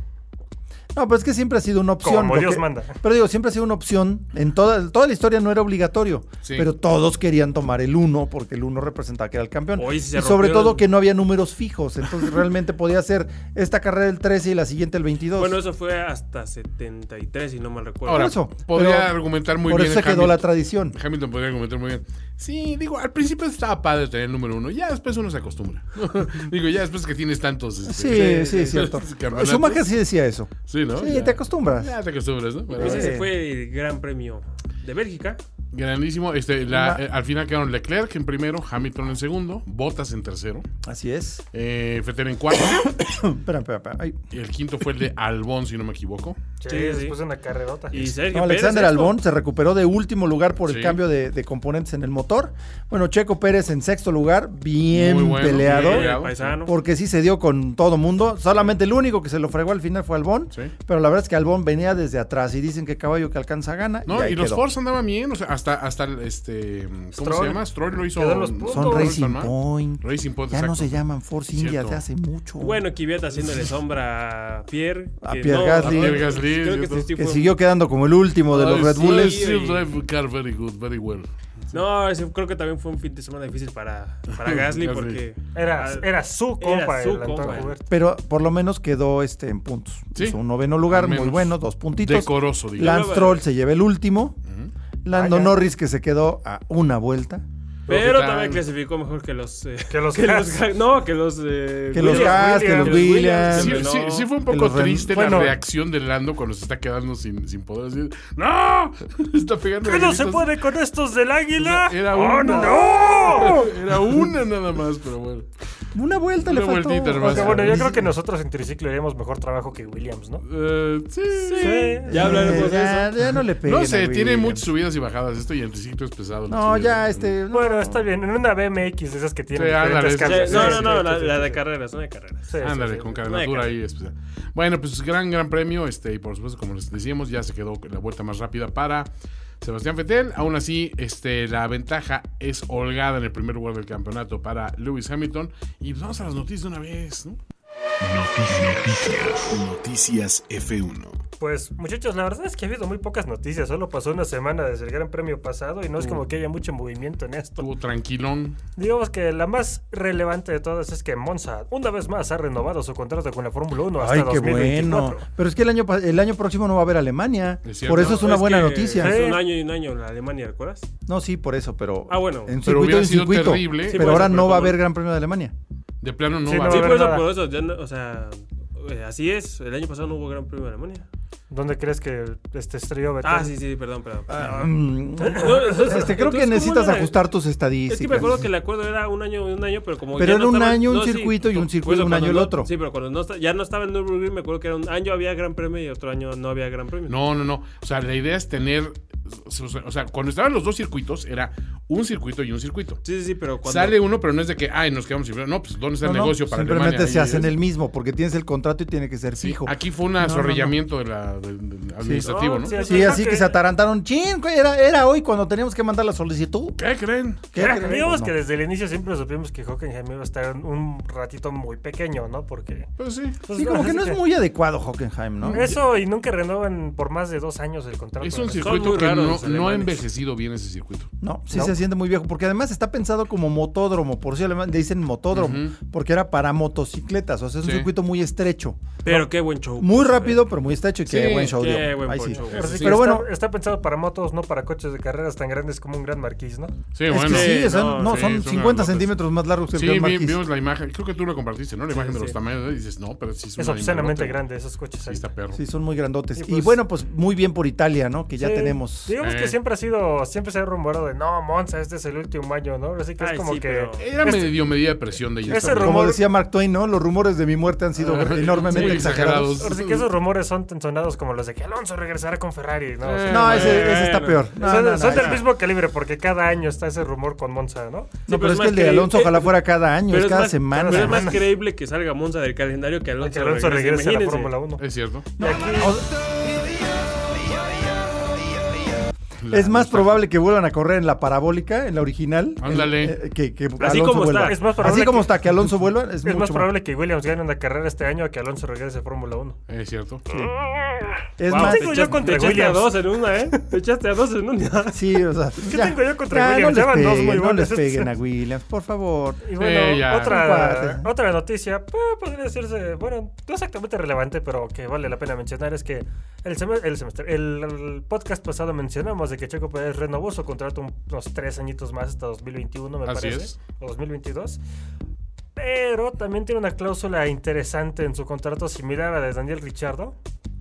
A: No, pero es que siempre ha sido una opción.
D: Como Dios manda.
A: Pero digo, siempre ha sido una opción. En toda, toda la historia no era obligatorio.
B: Sí.
A: Pero todos querían tomar el 1 porque el 1 representaba que era el campeón.
C: Hoy se
A: y sobre
C: rompieron-
A: todo que no había números fijos. Entonces realmente podía ser esta carrera el 13 y la siguiente el 22.
C: Bueno, eso fue hasta 73, si no mal recuerdo.
B: Ahora,
A: por eso,
B: podría
A: pero
B: argumentar muy
A: Por
B: bien
A: eso se quedó
B: Hamilton.
A: la tradición.
B: Hamilton podría argumentar muy bien. Sí, digo, al principio estaba padre tener el número uno, ya después uno se acostumbra. digo, ya después que tienes tantos. este,
A: Sí, sí,
C: sí,
A: es cierto.
B: campeonatos.
A: Schumacher sí decía eso.
B: Sí, ¿no?
A: sí,
B: Ya-
A: te acostumbras.
B: Ya te acostumbras, ¿no? Pero
C: Ese
A: Sí.
C: fue el Gran Premio de Bélgica.
B: Grandísimo. Este, la-
A: Una-
B: eh, al final quedaron Leclerc en primero, Hamilton en segundo, Bottas en tercero,
A: Así es.
B: eh, Vettel en cuarto.
A: Espera, espera, espera. Ay.
B: y el quinto fue el de Albon, si no me equivoco.
D: Sí,
C: Sí, sí.
D: después de una carrerota.
C: Y
D: Sí,
C: Sergio
A: No,
C: Pérez,
A: Alexander
C: esto.
A: Albón se recuperó de último lugar por
B: Sí.
A: el cambio de, de componentes en el motor. Bueno, Checo Pérez en sexto lugar, bien
B: Muy bueno,
A: peleado.
B: bien
C: Sí,
B: peleado.
C: paisano.
A: Porque sí se dio con todo mundo. Solamente el único que se lo fregó al final fue Albón.
B: Sí.
A: Pero la verdad es que Albón venía desde atrás y dicen que caballo que alcanza gana.
B: No,
A: ahí
B: y los
A: quedó.
B: Force andaban bien, o sea, hasta, hasta el, este, ¿cómo se
D: Stroll.
B: llama? Stroll lo hizo.
D: Quedó los
B: no
D: puntos.
B: hizo
A: Son
B: tan
A: Racing
B: mal.
A: Point.
B: Racing Point,
A: Ya
B: exacto.
A: no se llaman Force
B: Cierto.
A: India de hace mucho.
C: Bueno, Kvyat haciéndole sombra a Pierre.
A: A
C: que
A: Pierre Gasly.
C: a
B: Pierre Gasly,
C: Creo que
B: ¿cierto?
C: sí
A: que
C: fue-
A: siguió quedando como el último de los
B: I
A: Red
B: still-
A: Bulls.
B: still drive the car very good, very well.
C: No, ese creo que también fue un fin de semana difícil para, para Gasly
B: Gasly.
C: porque... ah,
D: Era, era su compa
C: su
D: el Antoine
C: compa.
D: Hubert.
A: Pero por lo menos quedó este en puntos.
B: Sí.
A: Hizo un noveno
B: Al
A: lugar, muy
B: menos.
A: bueno, dos puntitos.
B: Decoroso, digamos.
A: Lance Troll se lleva el último. Lando
D: Vaya.
A: Norris que se quedó a una vuelta.
C: Pero
B: Tan-
C: también clasificó mejor que los... eh,
D: Que los
C: que los
D: Haas.
C: Haas- No, que los... eh,
A: Que los
C: Williams.
A: Haas, que los
C: Williams,
A: Williams.
B: Sí,
C: que
B: sí,
C: no.
B: sí fue un
A: que
B: poco
A: los rem-
B: triste
D: bueno.
B: la reacción de Lando cuando se está quedando sin, sin poder decir ¡No! Está pegando
D: ¿Qué no se
B: gritos.
D: puede con estos del águila?
B: Era
D: ¡Oh,
B: una.
D: no!
B: Era una nada más, pero bueno.
A: Una vuelta
B: Una
A: le faltó.
B: vueltita, hermano.
A: O
D: Pero
A: sea,
D: bueno, yo
A: ni
D: creo
A: si-
D: que nosotros en triciclo haríamos mejor trabajo que Williams, ¿no?
B: Eh, sí,
D: Sí.
C: Ya hablaremos de
A: Ya,
C: eso.
A: ya no le peguen
B: No
A: a
B: sé,
A: Williams.
B: tiene muchas subidas y bajadas esto y el triciclo es pesado. la
A: No,
B: subida.
A: ya este. no.
D: Bueno, está bien. En una BMX de esas que tienen
B: Sí, ándale,
D: diferentes
B: sí,
C: Ya,
D: cambios.
C: No,
D: Sí,
C: no, no,
D: sí,
C: la,
D: sí,
C: la
D: sí,
C: de
D: sí.
C: carreras, no de carreras.
D: Sí, sí,
B: Ándale,
D: sí.
B: con cadenatura ahí. especial. Bueno, pues gran, gran premio. Este, y por supuesto, como les decíamos, ya se quedó la vuelta más rápida para Sebastián Vettel. Aún así, este, la ventaja es holgada en el primer lugar del campeonato para Lewis Hamilton. Y pues vamos a las noticias de una vez, ¿no?
E: Noticias. Noticias F1.
D: Pues muchachos, la verdad es que ha habido muy pocas noticias. Solo pasó una semana desde el Gran Premio pasado y no es como que haya mucho movimiento en esto.
B: Estuvo tranquilón.
D: Digamos que la más relevante de todas es que Monza una vez más ha renovado su contrato con la Fórmula 1 hasta
A: Ay, qué
D: 2024.
A: bueno. Pero es que el año, pa- el año próximo no va a haber Alemania.
B: Es cierto.
A: Por eso es una
C: Es
A: buena
C: que
A: noticia.
C: Es
D: Sí.
C: un año y un año la Alemania, ¿recuerdas?
A: No, sí, por eso, pero.
C: Ah, bueno.
A: En
B: Pero
A: circuito,
B: hubiera
A: en
B: sido
A: circuito.
B: terrible. Sí,
A: pero
C: por
A: ahora
C: eso,
A: no
C: pero
A: va a
C: como-
A: haber Gran Premio de Alemania.
B: De plano no
D: Sí,
B: va
D: no
B: a
C: Sí,
B: haber.
C: por eso,
D: nada.
C: por eso. ya no- o sea, eh, así es. El año pasado no hubo Gran Premio de Alemania.
D: ¿Dónde crees que este estrelló Vettel?
C: Ah, sí, sí, perdón, perdón.
A: Mm.
C: No, entonces-
A: Este, creo que
C: Ah. entonces, ¿cómo
A: necesitas
C: era?
A: ajustar tus
C: Es
A: estadísticas.
C: que me acuerdo que el acuerdo era un año y un año, pero como
A: Pero
C: ya
A: era
C: no
A: un
C: estaba-
A: año un
C: no, sí,
A: circuito y un
C: por
A: circuito
C: eso
A: un
C: cuando
A: año el
C: no-
A: otro.
C: Sí, pero cuando no está- ya no estaba el Nürburgring, me acuerdo que era un año había Gran Premio y otro año no había Gran Premio.
B: No, no, no. O sea, la idea es tener. O sea, cuando estaban los dos circuitos, era un circuito y un circuito.
C: Sí, sí, sí, pero cuando
B: Sale uno, pero no es de que, ay, nos quedamos sin. No, pues, ¿dónde está
A: No,
B: el
A: no,
B: negocio para
A: simplemente
B: Alemania?
A: se
B: Ahí
A: hacen
B: es.
A: el mismo, porque tienes el contrato y tiene que ser
B: Sí,
A: fijo.
B: aquí fue un
A: no, no.
B: azorrillamiento del del- del administrativo,
C: No,
B: ¿no?
C: sí,
A: Sí,
D: Yo
A: así
D: creo
A: que se atarantaron. Chin, güey, era, era hoy cuando teníamos que mandar la solicitud.
B: ¿Qué creen?
A: ¿Qué
D: Mira,
A: crees?
D: digamos
A: No.
D: que desde el inicio siempre supimos que Hockenheim iba a estar un ratito muy pequeño, ¿no? Porque.
B: Pues sí.
D: pues,
A: Sí, como
D: así
A: que no es muy adecuado Hockenheim, ¿no?
D: Eso y nunca renovan por más de dos años el contrato.
B: Es un
D: Son
B: circuito
C: muy
B: que
C: raros
B: no,
C: los
B: no ha
C: alemanes.
B: envejecido bien ese circuito.
A: No, sí
D: No.
A: se siente muy viejo, porque además está pensado como motódromo, por si le dicen motódromo,
B: Ujú.
A: porque era para motocicletas, o sea, es un
B: Sí.
A: circuito muy estrecho,
C: Pero qué buen show. pues,
A: muy rápido, pero muy estrecho y qué
B: Sí,
A: buen show
C: qué
A: dio.
C: buen
A: Ahí
C: buen
A: sí.
C: show.
D: Así que
A: Pero
D: está,
A: bueno.
D: está pensado para motos, no para coches de carreras tan grandes como un Gran Marquis, ¿no?
B: Sí,
A: Es
B: bueno.
A: que sí,
C: Sí,
A: son,
C: no,
A: no,
B: sí,
A: son
B: son
A: 50
B: grandotes.
A: centímetros más largos que el
B: Sí,
A: Gran
B: vi-
A: Marquis.
B: vimos la imagen. Creo que tú lo compartiste, ¿no? La imagen de
C: sí.
B: los tamaños. Y dices, no, pero sí es, un
D: Es obscenamente
B: animalote.
D: grande esos coches.
B: Sí,
D: ahí.
B: está perro.
A: Sí, son muy grandotes.
D: Y
A: Y,
D: pues-
A: bueno, pues muy bien por Italia, ¿no? Que ya
D: Sí,
A: tenemos.
D: Digamos que
B: Eh.
D: siempre ha sido, siempre se ha rumorado de no, Monza, este es el último año, ¿no? Así que es
C: Ay,
D: como
C: sí,
D: que.
C: pero-
B: Era
D: Este-
B: medio medida de presión de ellos.
D: Ese
B: también.
D: rumor-
A: Como decía Mark Twain, ¿no? Los rumores de mi muerte han sido
B: Ah,
A: enormemente
B: muy
A: exagerados.
B: exagerados.
D: Ahora sí que esos rumores son tan sonados como los de que Alonso regresará con Ferrari, ¿no? O sea,
A: No, ese,
C: Bueno.
A: ese está peor. No,
D: son
A: no, no,
D: son del
A: no.
D: mismo calibre porque cada año está ese rumor con Monza, ¿no?
A: No, pero
C: es
A: es
C: más
A: que el de
C: creíble.
A: Alonso ojalá fuera cada año, es cada
C: más,
A: semana.
C: Pero es más
D: semana.
C: creíble que salga Monza del calendario que Alonso,
D: Que Alonso regrese a la
C: imagínense.
D: Fórmula 1.
B: Es cierto. La-
A: Es más probable que vuelvan a correr en la parabólica, en la original.
B: Ándale.
A: eh, que, que
C: Así
A: Alonso
C: como está,
A: vuelva.
D: es más probable
A: Así como
D: que-
A: está, que Alonso vuelva, es,
D: Es
A: mucho
D: más probable que Williams gane una carrera este año a que Alonso regrese a Fórmula 1.
B: Es cierto.
A: Es
C: Wow,
A: más,
C: te
D: tengo yo
C: echaste-
D: contra
C: te echaste a
D: Williams?
C: dos en una, ¿eh? Te echaste a dos en una.
A: sí, o sea.
D: ¿Qué
A: ya.
D: tengo yo contra
A: Ya,
D: Williams?
A: No
D: Ya van
A: les,
D: dos
A: peguen,
D: muy
A: no
D: buenas.
A: les peguen a Williams, por favor.
D: Y bueno,
B: Sí, ya.
D: otra,
A: Son cuates, ¿no?
D: otra noticia, pues, podría decirse, bueno, no exactamente relevante, pero que vale la pena mencionar, es que el, seme- el semestre, el, el podcast pasado mencionamos de que Checo Pérez renovó su contrato un- unos tres añitos más hasta 2021, me
B: Así
D: parece,
B: es.
D: o 2022. Pero también tiene una cláusula interesante en su contrato similar a la de Daniel Richardo,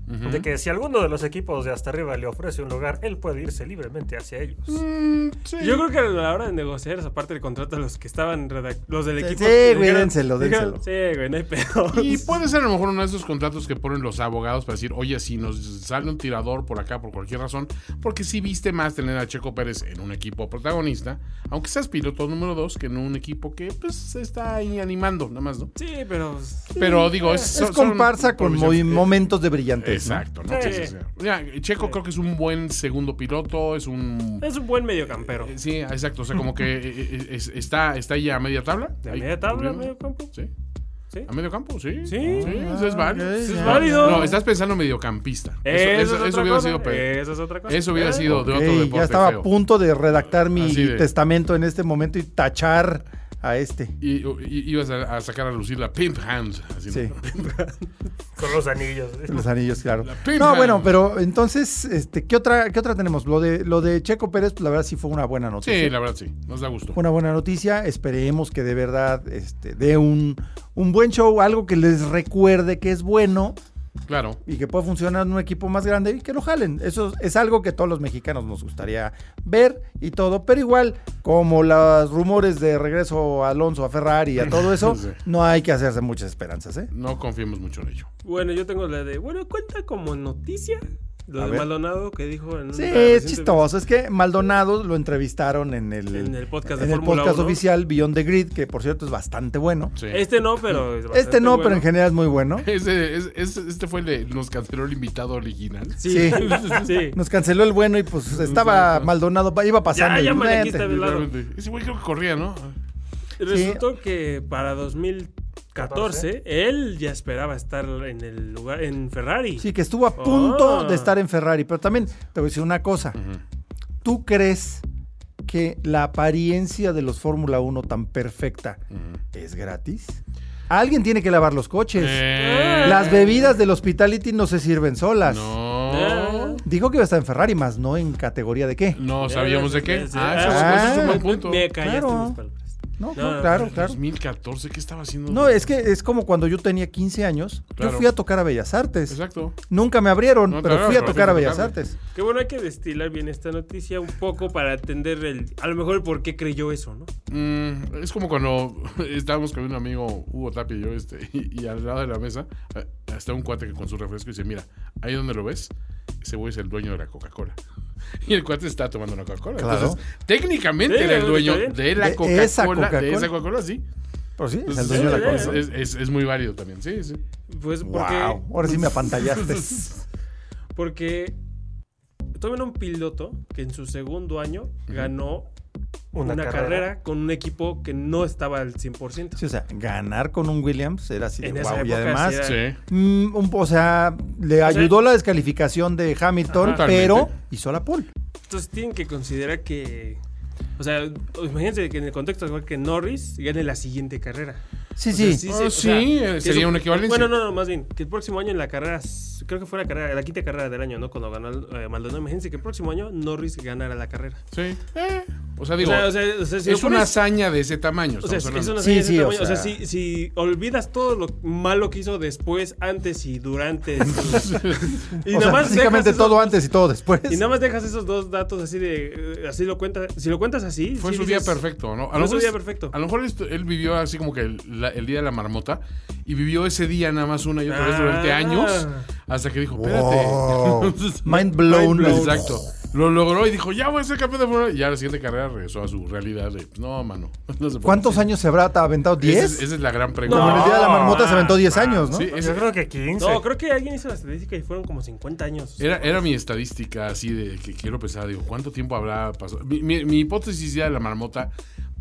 B: Ujú.
D: de que si alguno de los equipos de hasta arriba le ofrece un lugar, él puede irse libremente hacia ellos.
B: Mm.
A: Mm,
C: Yo creo que a la hora de negociar esa parte del contrato, los que estaban redact- los del
A: Sí,
C: equipo.
A: sí, güey, dénselo, dénselo.
C: Sí, güey, no hay pedo.
B: Y pues, puede ser a lo mejor uno de esos contratos que ponen los abogados para decir, oye, si nos sale un tirador por acá por cualquier razón, porque si viste más tener a Checo Pérez en un equipo protagonista, aunque seas piloto número dos, que en un equipo que pues se está ahí animando, nada más, ¿no?
C: Sí, pero.
B: Pero digo, es,
A: eh, Es
B: son-
A: comparsa
B: son
A: con movi-
B: provisiones- Eh,
A: momentos de brillantez. ¿no?
B: Exacto, ¿no? Sí,
C: Sí.
B: sí, sí. Mira, Checo creo que es un buen segundo piloto, es un...
C: Es un buen mediocampero.
B: eh, Sí, exacto, o sea, como que eh, eh, es- está, está ahí a media tabla.
C: De
B: ahí,
C: media tabla,
B: cubriendo.
C: medio campo.
B: Sí.
C: Sí.
B: ¿A medio campo? Sí.
C: Sí.
B: eso es válido.
A: Ah, ok,
C: Es
A: ya.
C: válido.
B: No, estás pensando mediocampista. Eso, eso- eso
C: otra
B: hubiera
C: cosa,
B: sido pe-
C: Eso es otra cosa.
B: Eso hubiera
C: Eh,
B: sido de
A: Ok,
B: otro deporte
A: ya estaba
B: feo.
A: a punto de redactar mi
B: Así de-
A: testamento en este momento y tachar a este.
B: Y, y- ibas a, a sacar a lucir la pimp hand. así, ¿no?
A: Sí,
D: Con los anillos.
A: los anillos, claro.
B: La pimp
A: No,
B: hand.
A: bueno, pero entonces, este, ¿qué otra, qué otra tenemos? Lo de, lo de Checo Pérez, pues, la verdad sí fue una buena noticia.
B: Sí, la verdad sí. Nos da gusto.
A: Fue una buena noticia. Esperemos que de verdad este, dé un, un buen show, algo que les recuerde que es bueno
B: Claro.
A: y que pueda funcionar en un equipo más grande y que lo jalen. Eso es algo que todos los mexicanos nos gustaría ver y todo, pero igual, como los rumores de regreso a Alonso, a Ferrari, a todo eso,
B: Sí.
A: no hay que hacerse muchas esperanzas, ¿eh?
B: No confiemos mucho en ello.
C: Bueno, yo tengo la de. Bueno, cuenta como noticia lo
A: A
C: de
A: ver.
C: Maldonado que dijo en.
A: Sí,
C: una
A: es
C: reciente-
A: chistoso. Es que Maldonado lo entrevistaron en el,
C: En el podcast de
A: en el
C: Fórmula
A: podcast
C: 1.
A: oficial Beyond the Grid, que por cierto es bastante bueno.
B: Sí.
C: Este no, pero. es bastante
A: Este no,
C: bueno.
A: pero en general es muy bueno.
B: Ese- es- es- este fue el de- nos canceló el invitado original.
C: Sí.
A: Sí.
C: sí.
A: Nos canceló el bueno y pues estaba Maldonado, pa- iba pasando.
C: Ya, ya
A: y,
C: maniquista,
A: "Vente".
C: Claro.
B: Literalmente. Ese güey creo que corría, ¿no?
C: Resultó que para 2014 él ya esperaba estar en el lugar en Ferrari.
A: Sí, que estuvo a punto
C: Ah.
A: de estar en Ferrari. Pero también te voy a decir una cosa. ¿Tú crees que la apariencia de los Fórmula 1 tan perfecta es gratis? Alguien tiene que lavar los coches.
B: Eh,
A: Las bebidas del hospitality no se sirven solas.
B: no.
A: Dijo que iba a estar en Ferrari, más no en categoría de qué.
B: No sabíamos de qué.
C: Sí, sí.
B: Ah, eso es un buen punto.
C: Me callaste
A: Claro.
C: mis palabras.
A: No,
C: No,
A: no,
C: no,
A: claro,
C: no,
A: claro.
B: 2014, ¿qué estaba haciendo?
A: No, es que es como cuando yo tenía 15 años,
B: Claro.
A: yo fui a tocar a Bellas Artes.
B: Exacto.
A: Nunca me abrieron,
B: No te
A: pero fui a
B: abrieron,
A: tocar a
B: pero fuiste
A: Bellas
B: a
A: Artes.
C: Qué bueno, hay que destilar bien esta noticia un poco para atender el, a lo mejor el por qué creyó eso, ¿no?
B: Mm, es como cuando estábamos con un amigo, Hugo Tapia y yo, este, y, y al lado de la mesa eh, está un cuate que con su refresco y dice, mira, ahí donde lo ves, ese güey es el dueño de la Coca-Cola. Y el cuate está tomando una Coca-Cola.
A: Claro.
B: Entonces, técnicamente
C: Sí,
B: era el
C: está
B: dueño
C: bien.
B: de la
A: De esa
B: Coca-Cola. De
A: Coca-Cola.
B: esa Coca-Cola, sí.
A: Por Pues sí, es el
B: Entonces,
A: dueño de la
C: sí,
A: cosa.
B: Pues es, es- es- es muy válido también, sí, sí.
C: Pues porque
A: Wow, ahora sí me apantallaste.
C: porque tomen un piloto que en su segundo año ganó una, carrera. con un equipo que no estaba al 100%.
A: Sí, o sea, ganar con un Williams era así de
C: En esa
A: wow. Y
C: época
A: además,
C: sí era-
B: Sí.
A: mm, un- o sea, le ayudó la descalificación de Hamilton,
C: Ajá.
A: pero
B: Totalmente.
A: hizo la pole.
C: Entonces tienen que considerar que o sea, imagínense que en el contexto igual que Norris gane la siguiente carrera.
A: Sí,
C: O sea,
A: sí.
B: Ah, sí, eh,
C: que
B: sería
C: eso-
B: una equivalencia.
C: Bueno, no, no, más bien, que el próximo año en la carrera, s- creo que fue la carrera, la quinta carrera del año, ¿no? Cuando ganó eh, Maldonado, imagínense que el próximo año Norris ganara la carrera.
B: Sí. Eh, o sea, digo,
C: o sea, o sea, o sea, si lo
B: es una
C: pones-
B: hazaña de ese tamaño.
C: o sea,
B: estamos
C: es
B: hablando.
C: una
A: Sí,
C: hazaña de
A: sí,
C: ese
A: o
C: tamaño. o sea,
A: sea.
C: si, si olvidas todo lo malo que hizo después, antes y durante. y
A: o sea, básicamente
C: dejas esos-
A: todo antes y todo después.
C: Y nada más dejas esos dos datos así de. eh, Así lo cuentas. Si lo cuentas así.
B: Fue
C: sí
B: su
C: dices-
B: día perfecto, ¿no? A
C: fue
B: lo
C: su
B: mejor
C: día
B: es-
C: perfecto.
B: A lo mejor esto- él vivió así como que el, la- el día de la marmota y vivió ese día nada más una y otra vez durante
C: Ah.
B: años hasta que dijo, espérate.
A: Wow. Oh. Mind
B: Mind
A: blown.
B: blown. Exacto. Lo logró y dijo, ya voy a ser campeón de Fórmula. Y ya la siguiente carrera regresó a su realidad de, no, mano, no se puede.
A: ¿Cuántos años se habrá aventado?
B: Esa es-
A: ¿10?
B: Esa es la gran pregunta.
A: Como en el día de la
D: No,
A: marmota se aventó 10
C: ah,
A: años, ¿no?
B: Sí, esa-
D: Yo creo que 15.
C: No, creo que alguien hizo la estadística y fueron como 50 años.
B: Era, era mi estadística así de que quiero pensar, digo, ¿cuánto tiempo habrá pasado? Mi, mi- mi hipótesis ya de la marmota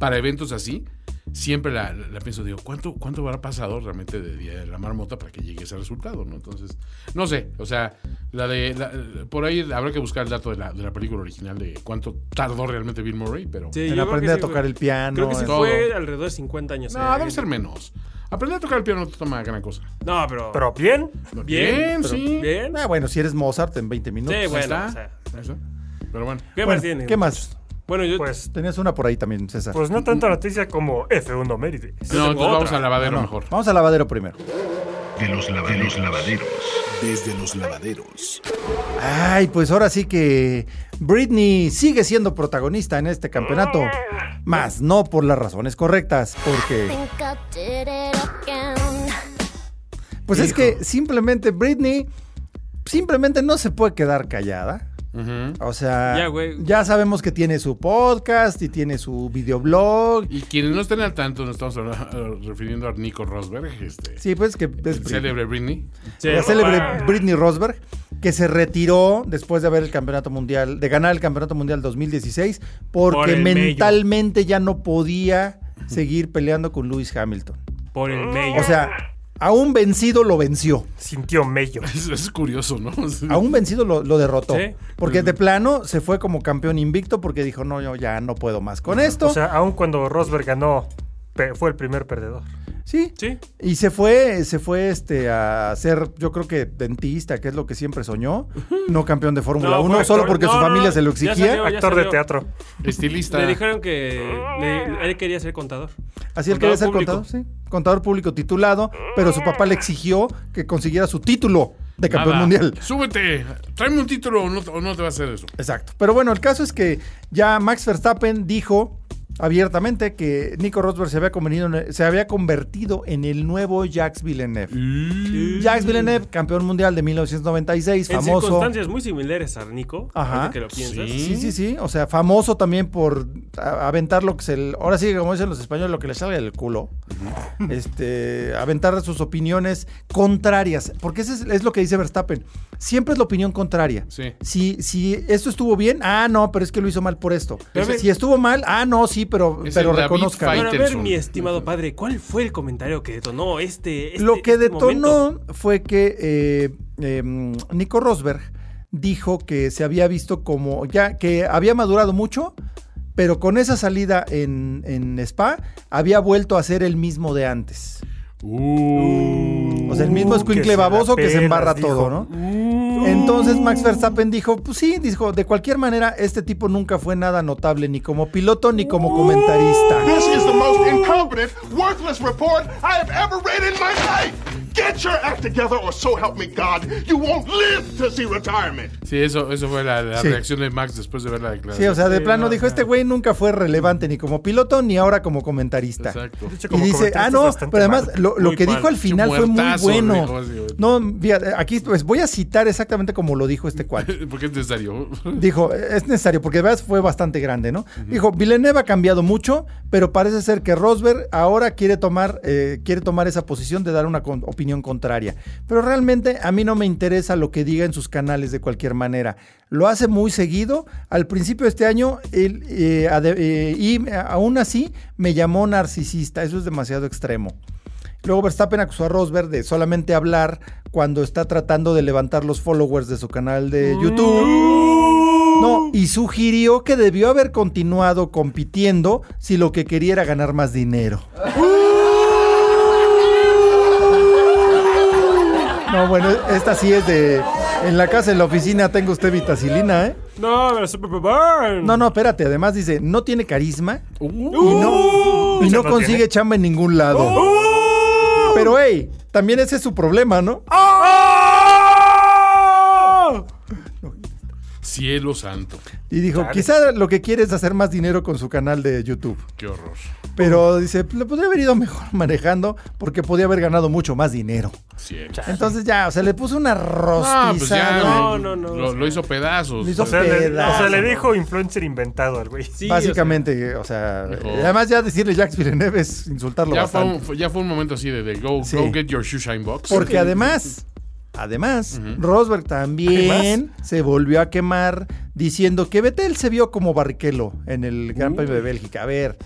B: para eventos así siempre la, la- la pienso, digo, ¿cuánto, ¿cuánto habrá pasado realmente de, Día de la marmota para que llegue ese resultado? ¿no? Entonces, no sé, o sea, la de la- por ahí habrá que buscar el dato de la, de la película original de cuánto tardó realmente Bill Murray, pero...
C: Sí, yo
A: En
C: creo que
A: aprender a
C: sí fue-
A: tocar el piano.
C: Creo que sí
A: en-
B: todo.
C: fue alrededor de 50 años.
B: No,
C: eh.
B: debe ser menos. Aprender a tocar el piano no te toma gran cosa.
C: No, pero.
D: Pero bien,
B: Bien,
C: pero
B: sí.
C: Bien.
A: Ah, bueno, si eres Mozart en 20 minutos.
C: Sí,
B: Ahí
C: bueno,
B: está,
C: o sea.
B: ahí está. Pero bueno.
C: ¿Qué
A: Bueno,
C: más tiene?
A: ¿Qué más?
C: Bueno, yo.
D: pues,
A: Tenías una por ahí también, César.
D: pues no tanta noticia como F1 Mérides.
B: No, entonces vamos
C: otra.
B: al lavadero mejor.
A: Vamos al lavadero primero.
F: De los lavaderos.
E: Desde los lavaderos.
A: Ay, pues ahora sí que Britney sigue siendo protagonista en este campeonato. Más no por las razones correctas, porque
G: think I did it again.
A: pues es que simplemente Britney simplemente no se puede quedar callada.
B: Ujú.
A: O sea,
C: Ya, güey.
A: ya sabemos que tiene su podcast y tiene su videoblog.
B: Y quienes no estén al tanto, nos estamos habla- refiriendo a Nico Rosberg, este,
A: Sí, pues que es
B: el célebre Britney.
C: Sí,
A: la célebre
C: papá.
A: Britney Rosberg, que se retiró después de haber el campeonato mundial, de ganar el campeonato mundial 2016, porque
C: Por el mello.
A: mentalmente ya no podía seguir peleando con Lewis Hamilton.
C: Por el medio.
A: O sea, a un vencido lo venció,
D: Sintió mello.
B: Es, es curioso, ¿no?
A: a un vencido lo, lo derrotó.
C: Sí.
A: Porque de plano se fue como campeón invicto porque dijo, no, yo ya no puedo más con esto.
D: O sea, aun cuando Rosberg ganó, pe- fue el primer perdedor.
A: sí.
C: Sí.
A: Y se fue, se fue este a ser, yo creo que dentista, que es lo que siempre soñó, no campeón de Fórmula
C: No,
A: 1,
C: fue-
A: solo porque
C: no,
A: su
C: no,
A: familia
C: no,
A: se lo
C: ya salió,
A: exigía.
C: ya
D: Actor de
C: salió.
D: teatro.
B: Estilista.
C: Le dijeron que le- él quería ser contador.
A: Así él quería ser
C: Contador
A: contador, sí. Contador público titulado, pero su papá le exigió que consiguiera su título de campeón
B: Nada.
A: mundial.
B: Súbete, tráeme un título o no, o no te va a hacer eso.
A: Exacto. Pero bueno, el caso es que ya Max Verstappen dijo abiertamente que Nico Rosberg se había convenido en el- se había convertido en el nuevo Jacques Villeneuve. Jacques Villeneuve, campeón mundial de 1996,
C: Mm. En
A: famoso.
C: circunstancias Mm. muy similares a Nico,
A: Ajá.
C: ahorita que lo piensas.
B: Sí.
A: Sí, sí, sí. O sea, famoso también por a- aventar lo que se. le- Ahora sí, como dicen los españoles, lo que le salga del culo. este, aventar sus opiniones contrarias. Porque eso es, es lo que dice Verstappen. Siempre es la opinión contraria.
B: Sí.
A: Si, si esto estuvo bien, ah, no, pero es que lo hizo mal por esto.
C: Pero a ver-
A: si estuvo mal, ah, no, sí, pero,
B: Es
A: pero
B: el David
A: reconozca.
B: Fight.
C: Bueno, a ver,
B: Faitelson.
C: mi estimado padre, ¿cuál fue el comentario que detonó este, este-
A: Lo que
C: este
A: detonó
C: momento?
A: fue que eh, em, Nico Rosberg dijo que se había visto como ya que había madurado mucho, pero con esa salida en, en Spa había vuelto a ser el mismo de antes.
B: Uh.
A: O sea, el mismo
D: Uh, que
A: escuincle
D: se la
A: baboso que se
D: pelas,
A: embarra
D: dijo.
A: todo, ¿no? Mm. Entonces Max Verstappen dijo, pues sí, dijo, de cualquier manera, este tipo nunca fue nada notable, ni como piloto, ni como comentarista.
H: This is the most incompetent, worthless report I have ever read in my life. Get your act together, or so help me God, you won't live to see retirement.
B: Sí, eso, eso fue la, la
A: Sí.
B: reacción de Max después de ver la declaración.
A: Sí, o sea, de plano dijo, este güey nunca fue relevante ni como piloto, ni ahora como comentarista.
B: Exacto.
D: De hecho,
A: Y
D: como
A: dice,
D: comentarista
A: ah,
D: es
A: no,
D: bastante
A: pero además
D: malo.
A: lo, lo
C: Muy
A: que
C: mal.
A: dijo al final fue muy
B: Muertazo, dijo
A: bueno.
B: así, güey.
A: No, fíjate, aquí pues voy a citar exactamente como lo dijo este cuate.
B: Porque es necesario.
A: Dijo, es necesario, porque de verdad fue bastante grande, ¿no? Dijo, Villeneuve ha cambiado mucho, pero parece ser que Rosberg ahora quiere tomar, eh, quiere tomar esa posición de dar una con- opinión contraria. Pero realmente a mí no me interesa lo que diga en sus canales de cualquier manera. Lo hace muy seguido. Al principio de este año, él, eh, ade- eh, y eh, aún así me llamó narcisista. Eso es demasiado extremo. Luego Verstappen acusó a Rosberg de solamente hablar cuando está tratando de levantar los followers de su canal de YouTube. No, y sugirió que debió haber continuado compitiendo si lo que quería era ganar más dinero. No, bueno, esta sí es de... En la casa, en la oficina, tengo usted vitacilina, ¿eh?
C: No, pero Superburn.
A: No, no, espérate. Además dice, no tiene carisma
B: Uh.
A: y no, y
D: Ese
A: no
D: no
A: consigue
D: tiene.
A: chamba en ningún lado. Pero, hey, también ese es su problema, ¿no?
B: Cielo santo.
A: Y dijo, quizá lo que quiere es hacer más dinero con su canal de YouTube.
B: Qué horror.
A: Pero dice, le podría haber ido mejor manejando porque podía haber ganado mucho más dinero.
B: Cielo.
A: Entonces ya, o sea, le puso una rostiza.
B: Ah, pues ya.
C: No,
B: lo-
C: no, no,
B: Lo,
C: o sea.
B: lo hizo pedazos.
A: Lo hizo
D: O sea, le, o sea, le
A: Pedazo.
D: dijo influencer inventado al güey.
C: Sí,
A: Básicamente, o sea,
B: Hijo.
A: eh, además ya decirle Jacques Villeneuve es insultarlo
B: ya, fue
A: bastante.
B: un, fue- ya fue un momento así de, de go,
A: Sí.
B: go get your shoe shine box.
A: Porque además, además, Rosberg también se volvió a quemar diciendo que Vettel se vio como Barrichello en el Gran Premio de Bélgica. A ver,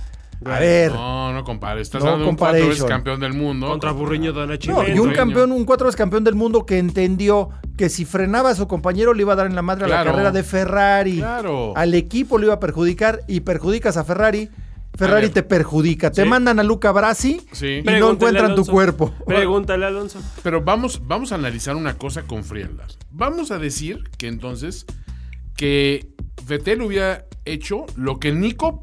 C: o sea,
A: A ver.
B: No, no compares. Estás
A: No
B: hablando de un cuatro veces
A: comparison.
B: campeón del mundo.
C: Contra Burriño Donachi.
A: No, y un
B: dueño.
A: campeón, un cuatro veces campeón del mundo que entendió que si frenaba a su compañero le iba a dar en la madre a la
B: Claro.
A: carrera de Ferrari.
B: Claro.
A: Al equipo le iba a perjudicar y perjudicas a Ferrari. Ferrari
B: A ver.
A: te perjudica. Te
C: Sí.
A: mandan a Luca Brasi
B: Sí.
A: y no encuentran tu cuerpo.
C: Pregúntale, Alonso.
B: Pero vamos, vamos a analizar una cosa con frialdad. Vamos a decir que entonces que Vettel hubiera hecho lo que Nico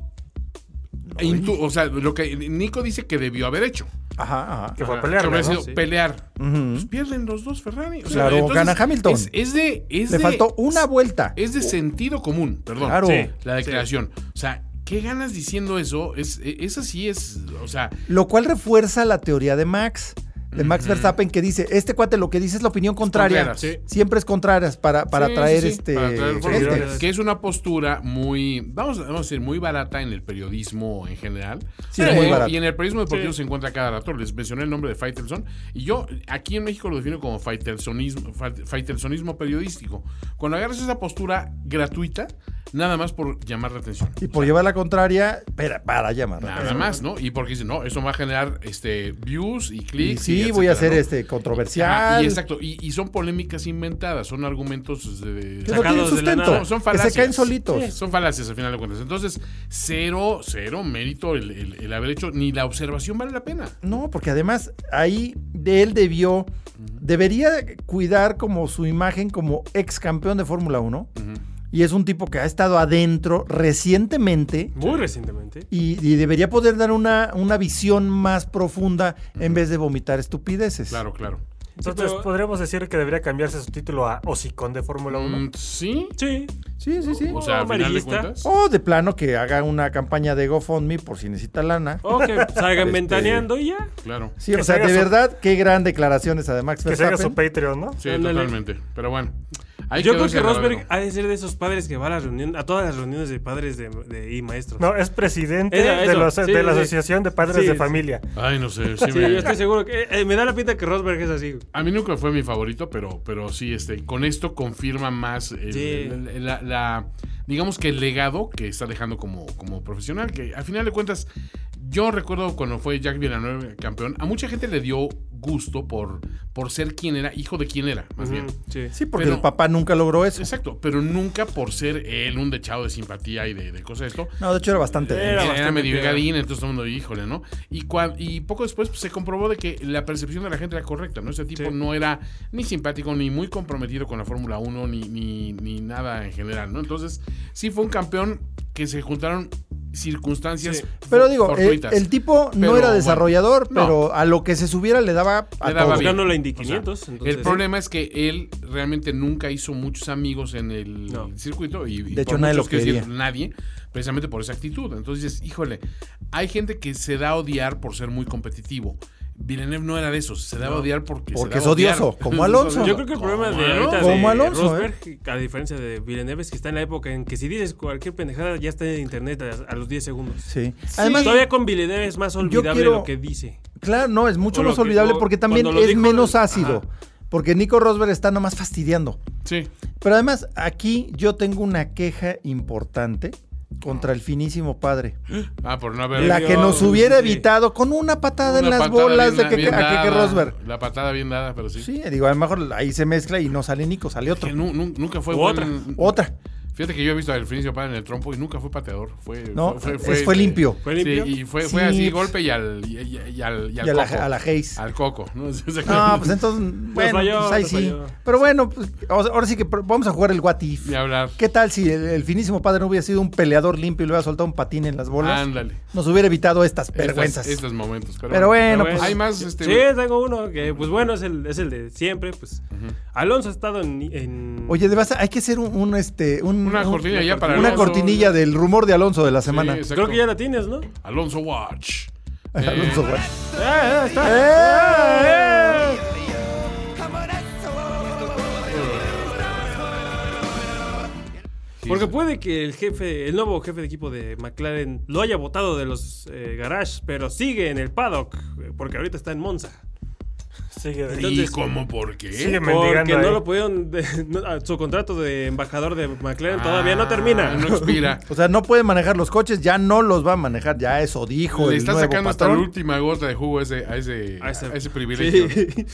B: intu- o sea, lo que Nico dice que debió haber hecho.
A: Ajá, ajá.
D: Que fue a
B: Que
D: pelear.
B: hubiera
D: ¿no?
B: sido
C: Sí.
B: pelear.
A: Ujú.
B: Pues pierden los dos Ferrari. O sea,
A: ¿Mm? Claro,
B: entonces
A: gana Hamilton.
B: Es, es de es
A: Le
B: de-
A: faltó una vuelta.
B: Es de sentido común, perdón.
A: Claro.
D: Sí.
B: La declaración. O sea, ¿qué ganas diciendo eso? Es esa sí es, o sea,
A: Lo cual refuerza la teoría de Max. De Max Verstappen que dice, este cuate lo que dice es la opinión contraria.
B: contraria, sí.
A: Siempre es contraria para, para
B: Sí,
A: traer
B: sí, sí,
A: este...
B: para traer
A: gente.
B: followers, que es una postura muy, vamos, a- vamos a decir, muy barata en el periodismo en general.
A: Sí,
B: Pero
A: muy
B: y-
A: barata.
B: Y en el periodismo deportivo
C: Sí.
B: se encuentra cada rato. Les mencioné el nombre de Faitelson. Y yo aquí en México lo defino como Faitelsonismo, Fait- Faitelsonismo periodístico. Cuando agarras esa postura gratuita, nada más por llamar la atención.
A: Y por llevar la contraria, pero para llamar.
B: Nada más, ¿no? Y porque dicen, no, eso va a generar este, views y
A: Y
B: clics.
A: sí, voy a
B: etcétera,
A: hacer
B: ¿no?
A: este
B: Ajá,
A: controversial.
B: y exacto, y, y son polémicas inventadas, son argumentos este, de,
A: que no tienen
C: Sacados de la
A: sustento.
C: nada.
B: son
A: que se
B: falacias.
A: caen solitos.
B: Sí, son falacias al final de cuentas. Entonces, cero, cero mérito el, el- el haber hecho, ni la observación vale la pena.
A: No, porque además ahí de él debió, debería cuidar como su imagen como ex campeón de Fórmula 1. Y es un tipo que ha estado adentro recientemente
C: Muy recientemente.
A: y, y debería poder dar una, una visión más profunda en vez de vomitar estupideces.
B: Claro, claro.
D: Entonces, pues,
C: pero-
D: podríamos decir que debería cambiarse su título a Hocicón de Fórmula 1.
B: Mm, sí.
C: Sí.
A: Sí, sí, sí.
B: O sea, al final de
C: amarillista.
B: cuentas.
A: O de plano que haga una campaña de GoFundMe por si necesita lana.
C: O que salgan
A: Este-
C: ventaneando y ya.
B: Claro.
A: Sí,
D: Que
A: o sea,
D: se haga
A: de
D: su-
A: verdad, qué gran declaración esa de Max
D: Que se haga su
A: Verstappen.
D: Patreon, ¿no?
B: Sí,
C: Ándale.
B: totalmente. Pero bueno. ahí
C: Yo
B: quedó
C: creo
B: ese
C: que Rosberg
B: grabado.
C: ha de ser de esos padres que va a las reuniones, a todas las reuniones de padres de, de- y maestros.
D: No, es presidente
C: Eso,
D: de,
C: eso.
D: los-
C: Sí,
D: de la
C: sí, sí.
D: Asociación de Padres
C: Sí,
D: de
C: sí.
D: Familia.
B: Ay, no sé. sí
C: Sí,
B: me-
C: yo estoy seguro que eh, eh, me da la pinta que Rosberg es así. güey.
B: A mí nunca fue mi favorito, pero, pero sí, este, con esto confirma más el-
C: Sí.
B: el- el- la, la- digamos que el legado que está dejando como, como profesional, que al final de cuentas, yo recuerdo cuando fue Jack Villanueva campeón, a mucha gente le dio gusto por, por ser quien era, hijo de quien era, más bien.
C: Sí.
A: Sí, porque
B: Pero-
A: el papá nunca logró eso.
B: Exacto, pero nunca por ser él un dechado de simpatía y de, de cosas de esto.
A: No, de hecho era bastante.
C: Era
A: denso.
B: Era,
C: bastante
B: medio
C: piedra.
B: gadín, entonces todo el mundo, híjole, ¿no? Y, cuan- y poco después pues, se comprobó de que la percepción de la gente era correcta, ¿no? Ese tipo
C: Sí.
B: no era ni simpático, ni muy comprometido con la Fórmula 1, ni, ni, ni nada en general, ¿no? Entonces, sí fue un campeón que se juntaron circunstancias.
C: Sí.
B: for-
A: Pero digo, el,
B: fortuitas.
A: el tipo
B: Pero,
A: no era
B: bueno,
A: desarrollador,
B: no.
A: pero a lo que se subiera le daba a
B: Le daba
A: todo.
B: bien.
C: Ganó la Indy
B: O sea,
C: 500. entonces-
B: el problema es que él realmente nunca hizo muchos amigos en el
C: No.
B: circuito y, y
A: De hecho,
B: por
A: nadie
B: muchos,
A: lo
B: quiero decir,
A: quería.
B: nadie, precisamente por esa actitud. Entonces, dices, híjole, hay gente que se da a odiar por ser muy competitivo. Villeneuve no era de esos, se daba a odiar porque se
A: Porque
B: daba
A: es
B: a odiar.
A: odioso, como Alonso.
C: Yo creo que el problema
B: Como
C: de ahorita
B: Alonso.
C: de
A: Como Alonso, ¿eh?
C: Rosberg, a diferencia de Villeneuve, es que está en la época en que si dices cualquier pendejada ya está en internet a, a los 10 segundos.
A: Sí.
C: Además,
A: Además,
C: todavía con Villeneuve es más olvidable
A: quiero-
C: lo que dice.
A: claro, no, es mucho
C: O lo
A: más
C: que-
A: olvidable
C: o
A: porque también
C: cuando lo
A: es
C: dijo,
A: menos
C: ajá.
A: ácido. Porque Nico Rosberg está nomás fastidiando.
B: Sí,
A: Pero además, aquí yo tengo una queja importante contra el finísimo padre.
B: ah, por no haber.
A: La
C: Dios,
A: que nos hubiera
C: sí.
A: evitado con una
B: Una
A: patada en las
B: patada
A: bolas
B: bien-
A: de que,
B: bien
A: a Keke
B: dada,
A: Rosberg.
B: La patada bien dada, pero sí.
A: Sí, digo, a lo mejor ahí se mezcla y no sale Nico, sale otro.
B: Que nu- nu- nunca fue
C: U
B: buen-
C: otra.
A: Otra.
B: Fíjate que yo he visto a Delfinicio Padre en el trompo y nunca fue pateador. Fue, este,
A: No, es- fue limpio.
C: ¿Fue limpio?
B: Sí, y fue, fue
A: Sí.
B: así, golpe y al, y, y- y al, y al
A: Y a la-
B: coco.
A: a la Hayes.
B: Al coco. ¿no? O sea,
A: No, pues entonces, bueno,
C: falló,
A: pues ahí
C: nos
A: sí.
C: falló.
A: Pero bueno, pues, o sea, ahora sí que pro- vamos a jugar el what if.
B: Ni hablar.
A: ¿Qué tal si el, el finísimo padre no hubiera sido un peleador limpio y le hubiera soltado un patín en las bolas?
B: Ándale.
A: Nos hubiera evitado estas
B: Estas-
A: vergüenzas.
B: Estos momentos. Pero,
A: Pero bueno,
C: Pero
A: pues,
B: Hay más,
C: Sí,
B: este...
C: tengo uno que, pues bueno, es el, es el de siempre. pues Alonso ha estado en. en-
A: Oye, de base, hay que hacer un, un, este, un-
B: Una
A: un-
B: cortinilla ya para
A: una
B: Alonso.
A: cortinilla del rumor de Alonso de la semana.
B: exacto.
C: creo que ya la tienes, ¿no?
B: Alonso Watch. Eh,
A: Alonso, güey.
C: Ah, ah, está.
A: ¡Eh!
B: sí,
C: Porque
B: sí.
C: puede que el jefe, el nuevo jefe de equipo de McLaren lo haya votado de los eh, garages, pero sigue en el paddock, eh, porque ahorita está en Monza.
D: Sigue,
B: ¿Y
C: Entonces-
B: cómo por qué? eh.
D: sigue
C: Porque
D: mendigando
C: no
D: ahí.
C: lo pudieron. de- no, a- su contrato de embajador de McLaren todavía no termina.
B: Ah, No expira.
A: O sea, no puede manejar los coches, ya no los va a manejar, ya eso dijo
B: Le
A: el
B: está
A: nuevo
B: sacando hasta la
A: patrón.
B: última gota de jugo a ese, a ese,
C: A ese-
B: a ese privilegio.
C: Sí.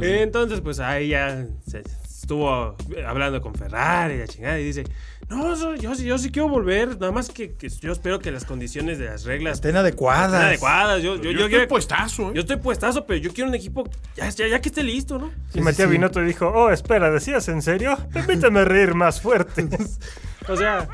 C: Entonces, pues ahí ya se- estuvo hablando con Ferrari, la chingada, y dice: No, so- yo, sí- yo sí quiero volver, nada más que, que yo espero que las condiciones de las reglas
A: Estén adecuadas.
C: sean adecuadas. Yo, yo,
B: Yo,
C: yo
B: estoy
C: quiero-
B: puestazo, ¿eh?
C: yo estoy puestazo, pero yo quiero un equipo ya, ya- ya que esté listo, ¿no?
D: Y Matías Binotto dijo, oh, espera, ¿decías en serio? Permíteme reír más fuerte.
C: O sea,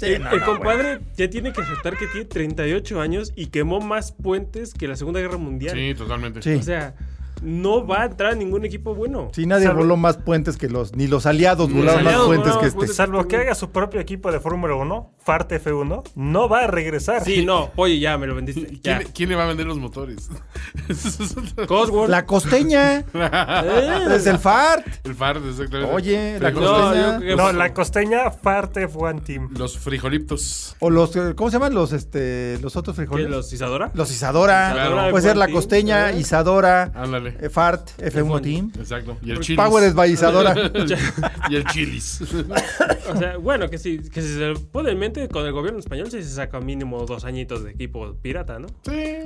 C: el, el compadre ya tiene que aceptar que tiene 38 años y quemó más puentes que la Segunda Guerra Mundial.
B: Sí, totalmente.
A: Sí.
C: O sea, no va a entrar ningún equipo bueno.
A: Sí, nadie
D: Salvo-
A: voló más puentes que los, ni los aliados
B: los
A: volaron más
C: aliados
A: puentes
C: volaron
A: que
C: más
A: este.
C: puentes.
D: Salvo que haga su propio equipo de Fórmula 1, Fart F1, no va a regresar.
C: Sí, no, oye, ya me lo vendiste.
B: ¿Quién,
C: Ya.
B: quién le va a vender los motores? Esa es otra-
C: Cosworth.
A: La costeña, es el FART.
B: El fart, exactamente.
A: Oye, la
B: Frijol-
C: pues, No,
A: costeña.
C: yo creo que-
D: No, la costeña Fart F1 Team.
B: Los frijoliptos.
A: O los, eh, ¿cómo se llaman los, este, los otros
C: ¿Qué,
A: frijoles? Los,
C: los Isadora?
A: Isadora.
B: Isadora
C: de
A: Puede ser la
C: Fuentín,
A: costeña,
C: ¿verdad? Ah.
A: Isadora,
B: Ándale.
A: eh, Fart, F1
C: F1
A: Team.
B: Exacto. Y el chilis.
A: Power es by Isadora.
B: y el chilis.
C: O sea, bueno, que si, que si se le pone en mente con el gobierno español, si se saca mínimo dos añitos de equipo pirata, ¿no?
B: sí.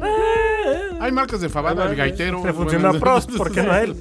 B: Hay marcas de Fabada,
C: Hay
B: el
C: marcas.
B: gaitero.
D: Le funcionó a
B: Bueno, pues,
D: Prost, ¿por qué no a él?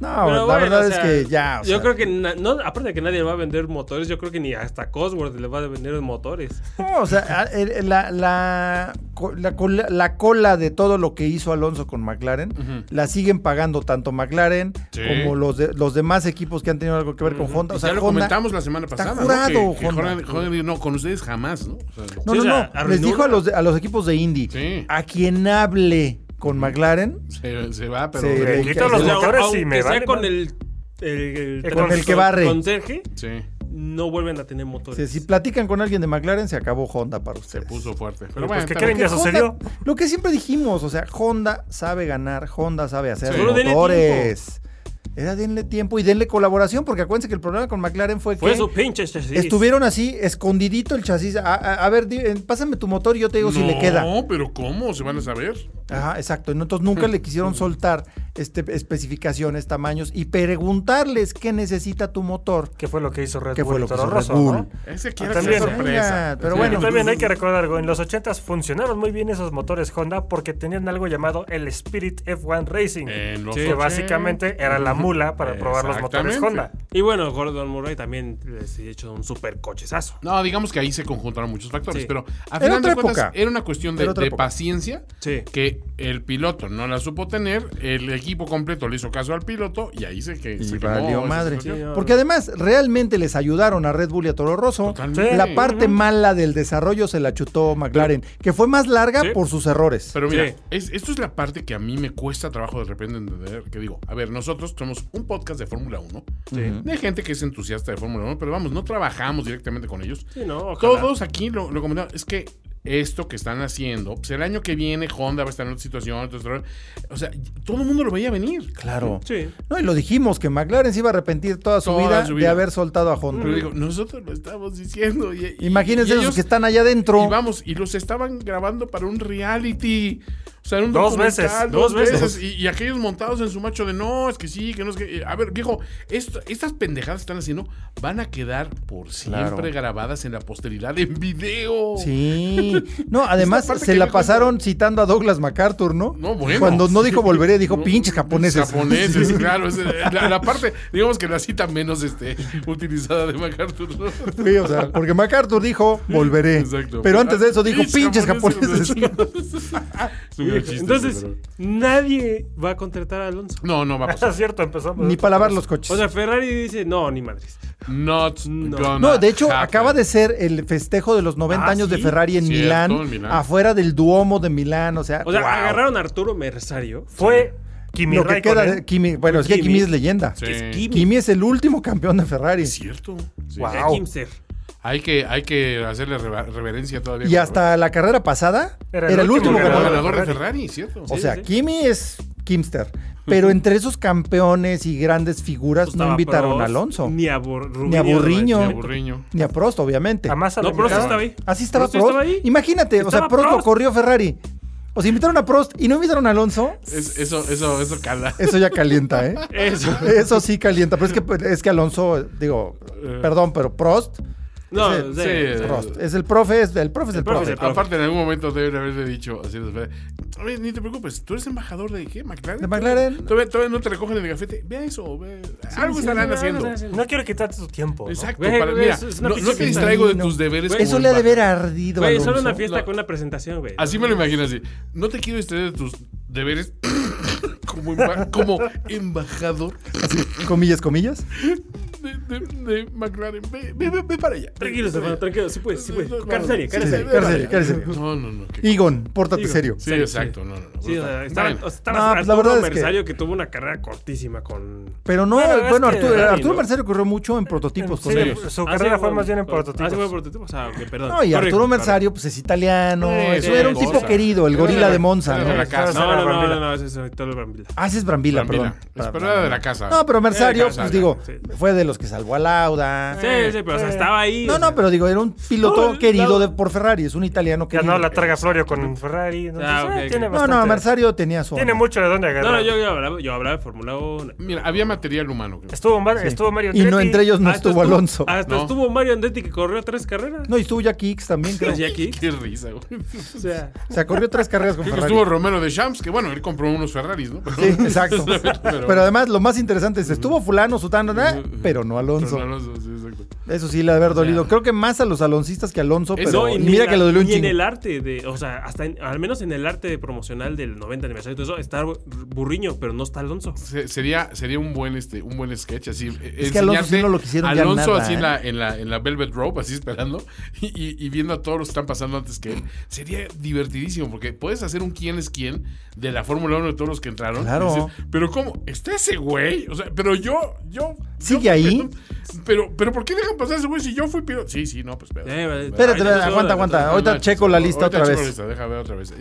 A: No,
C: Pero
A: la
C: bueno,
A: verdad
C: o
A: es
C: sea,
A: que ya. o
C: yo
A: sea,
C: creo que, na- no, aparte de que nadie va a vender motores, yo creo que ni hasta Cosworth le va a vender los motores.
A: No, o sea, a- el- el- la, la, co- la cola, la cola de todo lo que hizo Alonso con McLaren la siguen pagando tanto McLaren
B: Sí.
A: como los, de- los demás equipos que han tenido algo que ver con Honda. O sea,
B: ya lo
A: Honda-
B: comentamos la semana
A: está
B: pasada. ¿no?
A: jurado,
B: Que- que
A: Honda.
B: Jorge- Jorge dijo, no, con ustedes jamás, ¿no? O sea,
A: No, no,
C: Sí, o sea,
A: no. Les
C: arruinó
A: dijo a
C: una-
A: los, de- a los equipos de Indy:
B: Sí.
A: a quien hable con McLaren,
B: se, se va, pero.
A: Se-
D: Le
A: que-
D: quito los
C: O sea,
D: motores y
C: aunque
D: me
C: sea
D: vale
C: con
D: madre.
C: el, el,
D: El con
A: el que barre.
C: conserje,
B: Sí,
C: no vuelven a tener motores.
A: si, si platican con alguien de McLaren, se acabó Honda para ustedes.
B: puso fuerte. Pero
D: Pero
B: bueno,
D: pues que
B: está
D: creen
B: bien.
D: ya
A: Honda-
D: sucedió.
A: lo que siempre dijimos, o sea, Honda sabe ganar, Honda sabe hacer
B: Sí.
C: Solo denle
A: motores. Era denle tiempo y denle colaboración, porque acuérdense que el problema con McLaren fue que
C: Fue su pinche chasis.
A: estuvieron así, escondidito el chasis. A, a- a ver, di- eh, pásame tu motor y yo te digo si le queda.
B: No, pero ¿cómo? ¿Se van a saber?
A: Ajá, exacto. No, Entonces nunca le
B: Mm.
A: quisieron soltar este, especificaciones, tamaños y preguntarles qué necesita tu motor.
D: ¿Qué fue lo que hizo Red
A: ¿Qué
D: Bull?
A: fue lo que
D: Toro
A: hizo Red
D: Rosso,
A: Bull?
D: ¿no?
B: Ese quiere
D: también.
B: ser sorpresa.
A: Venga, pero
B: Sí.
A: bueno.
D: Y también hay que recordar algo. En los 80s funcionaron muy bien esos motores Honda porque tenían algo llamado el Spirit F1 Racing.
B: En los
D: que
B: 80.
D: básicamente era la mula para probar los motores Honda.
B: Exactamente.
C: Y bueno, Gordon Murray también les he hecho un super cochezazo.
B: No, digamos que ahí se conjuntaron muchos factores,
C: Sí.
B: pero a final
A: otra
B: de cuentas
A: época.
B: era una cuestión de,
A: Era otra
B: de
A: época.
B: paciencia
C: Sí.
B: que el piloto no la supo tener, el equipo completo le hizo caso al piloto y ahí se que
A: Y
B: se quemó
A: valió
B: esa
A: madre.
B: situación.
C: Sí, no,
A: Porque además, realmente les ayudaron a Red Bull y a Toro Rosso.
B: Totalmente.
A: La parte mala del desarrollo se la chutó McLaren, que fue más larga
C: Sí.
A: por sus errores.
B: Pero mira,
C: Sí.
B: es- esto es la parte que a mí me cuesta trabajo de repente entender. Que digo, a ver, nosotros somos un podcast de Fórmula 1, de gente que es entusiasta de Fórmula 1, pero vamos, no trabajamos directamente con ellos.
C: Sí, no, ojalá.
B: Todos aquí lo, lo comentaron. Es que esto que están haciendo, pues el año que viene Honda va a estar en otra situación. entonces, o sea, todo el mundo lo veía venir.
A: Claro.
C: Sí.
A: No, y lo dijimos, que McLaren se iba a arrepentir toda su,
B: Toda
A: vida,
B: su
A: de
B: vida.
A: haber soltado a Honda.
B: Pero digo, nosotros lo estamos diciendo. Y, y-
A: Imagínense
B: y
A: esos
B: ellos-
A: que están allá adentro.
B: Y vamos, y los estaban grabando para un reality. O sea, era un
D: Dos
B: documental,
D: veces,
B: Dos
D: dos
B: veces.
D: veces.
B: Y, y aquellos montados en su macho de no, es que sí, que no es que. eh, A ver, viejo, esto- estas pendejadas que están haciendo van a quedar por siempre grabadas en la posteridad en video.
A: Sí. No, además
B: Esta parte
A: se
B: que
A: la
B: me
A: pasaron citando a Douglas MacArthur, ¿no?
B: No, bueno.
A: Cuando no dijo volveré, dijo
B: No,
A: pinches japoneses.
B: Japoneses, claro. es, eh, la, la parte, digamos que la cita menos este, utilizada de MacArthur. ¿no?
A: Sí, o sea, porque MacArthur dijo volveré.
B: Exacto.
A: Pero antes de eso dijo
B: Sí,
A: pinches japoneses.
B: Es un gran chiste,
C: Entonces,
B: pero-
C: nadie va a contratar a Alonso.
B: No, no va a pasar.
D: Es cierto, empezamos.
A: Ni para lavar los coches.
C: O sea, Ferrari dice, no, ni madres.
B: Not
C: No.
B: gonna
A: no, de hecho,
B: happen.
A: acaba de ser el festejo de los 90
C: Ah,
A: años de
C: sí,
A: Ferrari en
B: cierto,
A: Milán,
B: en Milán.
A: afuera del Duomo de Milán. O sea,
C: O sea,
A: wow.
C: agarraron a Arturo Mercenario.
D: Fue Kimi
A: lo que queda
D: Raikkonen.
A: de Kimi. Bueno, es que
C: Kimi.
A: Kimi es leyenda.
B: Sí.
C: Es Kimi.
A: Kimi es el último campeón de Ferrari.
B: Es cierto. Sí.
A: Guau.
C: Kim Ser.
B: Hay que, hay que hacerle reva- reverencia todavía.
A: Y hasta la carrera pasada era el, último,
B: como
A: campeón.
B: ganador,
D: ganador de
B: de Ferrari, ¿cierto?
A: O
C: Pues Sí,
A: sea,
C: sí.
A: Kimi es Kimster. Pero entre esos campeones y grandes figuras
C: Pues
A: no
C: estaba
A: invitaron
C: Prost,
A: a Alonso. Ni,
C: Ni a Bor- Rubinho.
A: Ni a Burriño.
B: Ni
C: no,
B: a Burriño.
A: a Prost, obviamente.
D: Además, a la
C: No, Prost
D: mitad-
C: estaba ahí.
A: Así estaba
C: Prost
A: Prost.
C: estaba ahí.
A: Imagínate, o sea,
C: Estaba
A: Prost, lo
C: Prost.
A: corrió Ferrari. O sea, invitaron a Prost y no invitaron a Alonso.
B: Es- eso, eso, eso cala.
A: Eso ya calienta, ¿eh?
B: Eso.
A: Eso sí calienta. Pero es que, pues, es que Alonso, digo,
C: Eh.
A: perdón, pero Prost.
C: No,
A: ese-
C: sí.
B: sí.
A: Prost. Es el profe, es, el profe es el,
C: profe
A: profe.
C: es Eh. el profe.
B: Aparte, en algún momento deben haberle dicho, así de espera, "A ver, ni te preocupes, tú eres embajador de qué, McLaren.
A: De McLaren.
B: Todavía, todavía no te recogen el gafete. Vea eso, ve. algo
C: sí,
B: estarán
C: algo
B: haciendo.
C: están haciendo.
D: No quiero quitarte tu tiempo. ¿no?
B: Exacto.
C: Güey,
B: para-
C: güey,
B: mira,
C: es- es una
B: no, no
C: pinche
B: te distraigo de
A: No.
B: tus deberes. como
A: Eso le ha de
B: embajador.
A: haber ardido
C: Güey,
A: Alonso.
C: solo una fiesta
B: No.
C: con una presentación, güey.
B: Así me lo imagino así. No te quiero distraer de tus deberes como, emba- como embajador
A: Comillas, comillas.
B: de, de- de McLaren. Ve, ve, ve- ve para allá.
C: Tranquilo,
B: Ve para
C: hermano,
B: allá.
C: tranquilo. Sí, pues, sí, pues.
B: No, no,
C: Cara
B: no,
C: seria,
B: sí,
C: cara
B: sí,
C: seria.
B: ve
A: cara
B: para
A: seria,
B: allá.
A: cara seria.
B: No, no, no. qué-
A: Egon, pórtate
C: Egon.
A: serio.
B: Sí, exacto. No, no, no.
C: Sí, o sea, estaba,
B: Bueno.
C: o sea, estaba
A: No, pues, la
C: Arturo
A: verdad es que-
C: Mercesario que... tuvo una carrera cortísima con.
A: Pero no,
D: Bueno, es
A: bueno,
D: que
A: Arturo,
C: Ferrari,
A: Arturo
C: ¿no?
A: Mercerio corrió mucho en prototipos con
D: Sí,
A: ellos.
D: Su
C: Ah,
D: carrera
C: sí,
D: fue más bien en
C: con- Ah, sí, fue en
D: prototipos.
C: prototipos. Ah, ok, perdón.
A: No, y
C: Correcto,
A: Arturo
C: correcto.
A: Mersario, pues es italiano.
B: Sí,
A: es-
B: sí,
A: era un
B: cosa.
A: tipo querido, el
B: Era de
A: gorila
B: la-
A: de Monza.
B: era de
A: ¿no?
B: la casa.
C: No, no, no,
D: Brambila.
C: no, no, ese es Arturo Brambila.
A: Ah, sí, es Brambila,
B: Mira,
A: perdón.
B: esperada de la casa.
A: No, pero Mersario,
B: Pues, Era de
A: pues
B: casa,
A: digo,
C: sí.
A: fue de los que salvó a Lauda.
C: Sí, sí, pero o sea, estaba ahí. o
A: No,
C: sea.
A: no, pero digo, era un piloto
C: No, el-
A: querido
C: la-
A: de, por Ferrari, es un italiano querido.
D: Ganó la traga Florio con Ferrari. entonces,
C: Ah,
D: eh,
C: ok, ok.
D: tiene
C: No,
A: no,
D: bastante,
A: no, Mersario tenía su...
D: Tiene
A: onda.
D: mucho de dónde agarrar.
C: No, no, yo, yo hablaba, yo hablaba de Fórmula 1.
B: Mira, había material humano. creo.
D: Estuvo, Mar- estuvo Mario
A: Y no
D: Andretti.
A: entre ellos no
C: Hasta
A: estuvo Alonso.
C: Ah, Hasta
B: No.
C: estuvo Mario Andretti que corrió tres carreras.
A: No, y estuvo Jackie Hicks también, creo.
C: Y aquí,
B: Qué risa, güey.
C: o sea,
A: O sea, corrió tres carreras con
B: Creo que
A: Ferrari.
B: estuvo Romero de Champs, que bueno, él compró unos Ferraris, ¿no?
A: Sí, exacto.
B: Pero-
A: Pero además, lo más interesante es, estuvo fulano, sutano, eh, pero no
B: Pero
A: Alonso.
B: no, no, sí, exacto.
A: Eso sí le ha de haber dolido. Creo que más a los aloncistas que a Alonso,
B: Eso,
A: pero...
C: no,
A: y
C: ni
A: mira
C: la-
A: que le dolió un
C: ni en el
A: chingo.
C: arte de, o sea, hasta en- al menos en el arte promocional del 90 aniversario, todo eso, está Burriño, pero no está Alonso.
B: Se- sería sería un buen este un buen sketch así es
A: que a Alonso sí no lo quisieron ya
B: Alonso
A: nada,
B: así en
A: ¿eh?
B: la, en la en la Velvet Rope así esperando y, y- y viendo a todos los que están pasando antes que él sería divertidísimo porque puedes hacer un quién es quién de la Fórmula 1 de todos los que entraron
A: Claro.
B: Y pero cómo está ese güey o sea pero yo yo
A: ¿Sigue
B: yo-
A: ahí?
B: pero pero por qué dejan pasar a ese güey si yo fui piloto sí sí no pues espérate.
C: Eh,
B: Ay,
A: Espérate,
C: Ay,
A: espérate,
C: no,
A: aguanta,
C: no,
A: aguanta.
C: no, no,
A: Ahorita
B: no,
A: checo la lista
B: ahorita
A: otra
B: checo la
A: vez.
B: lista, deja ver otra vez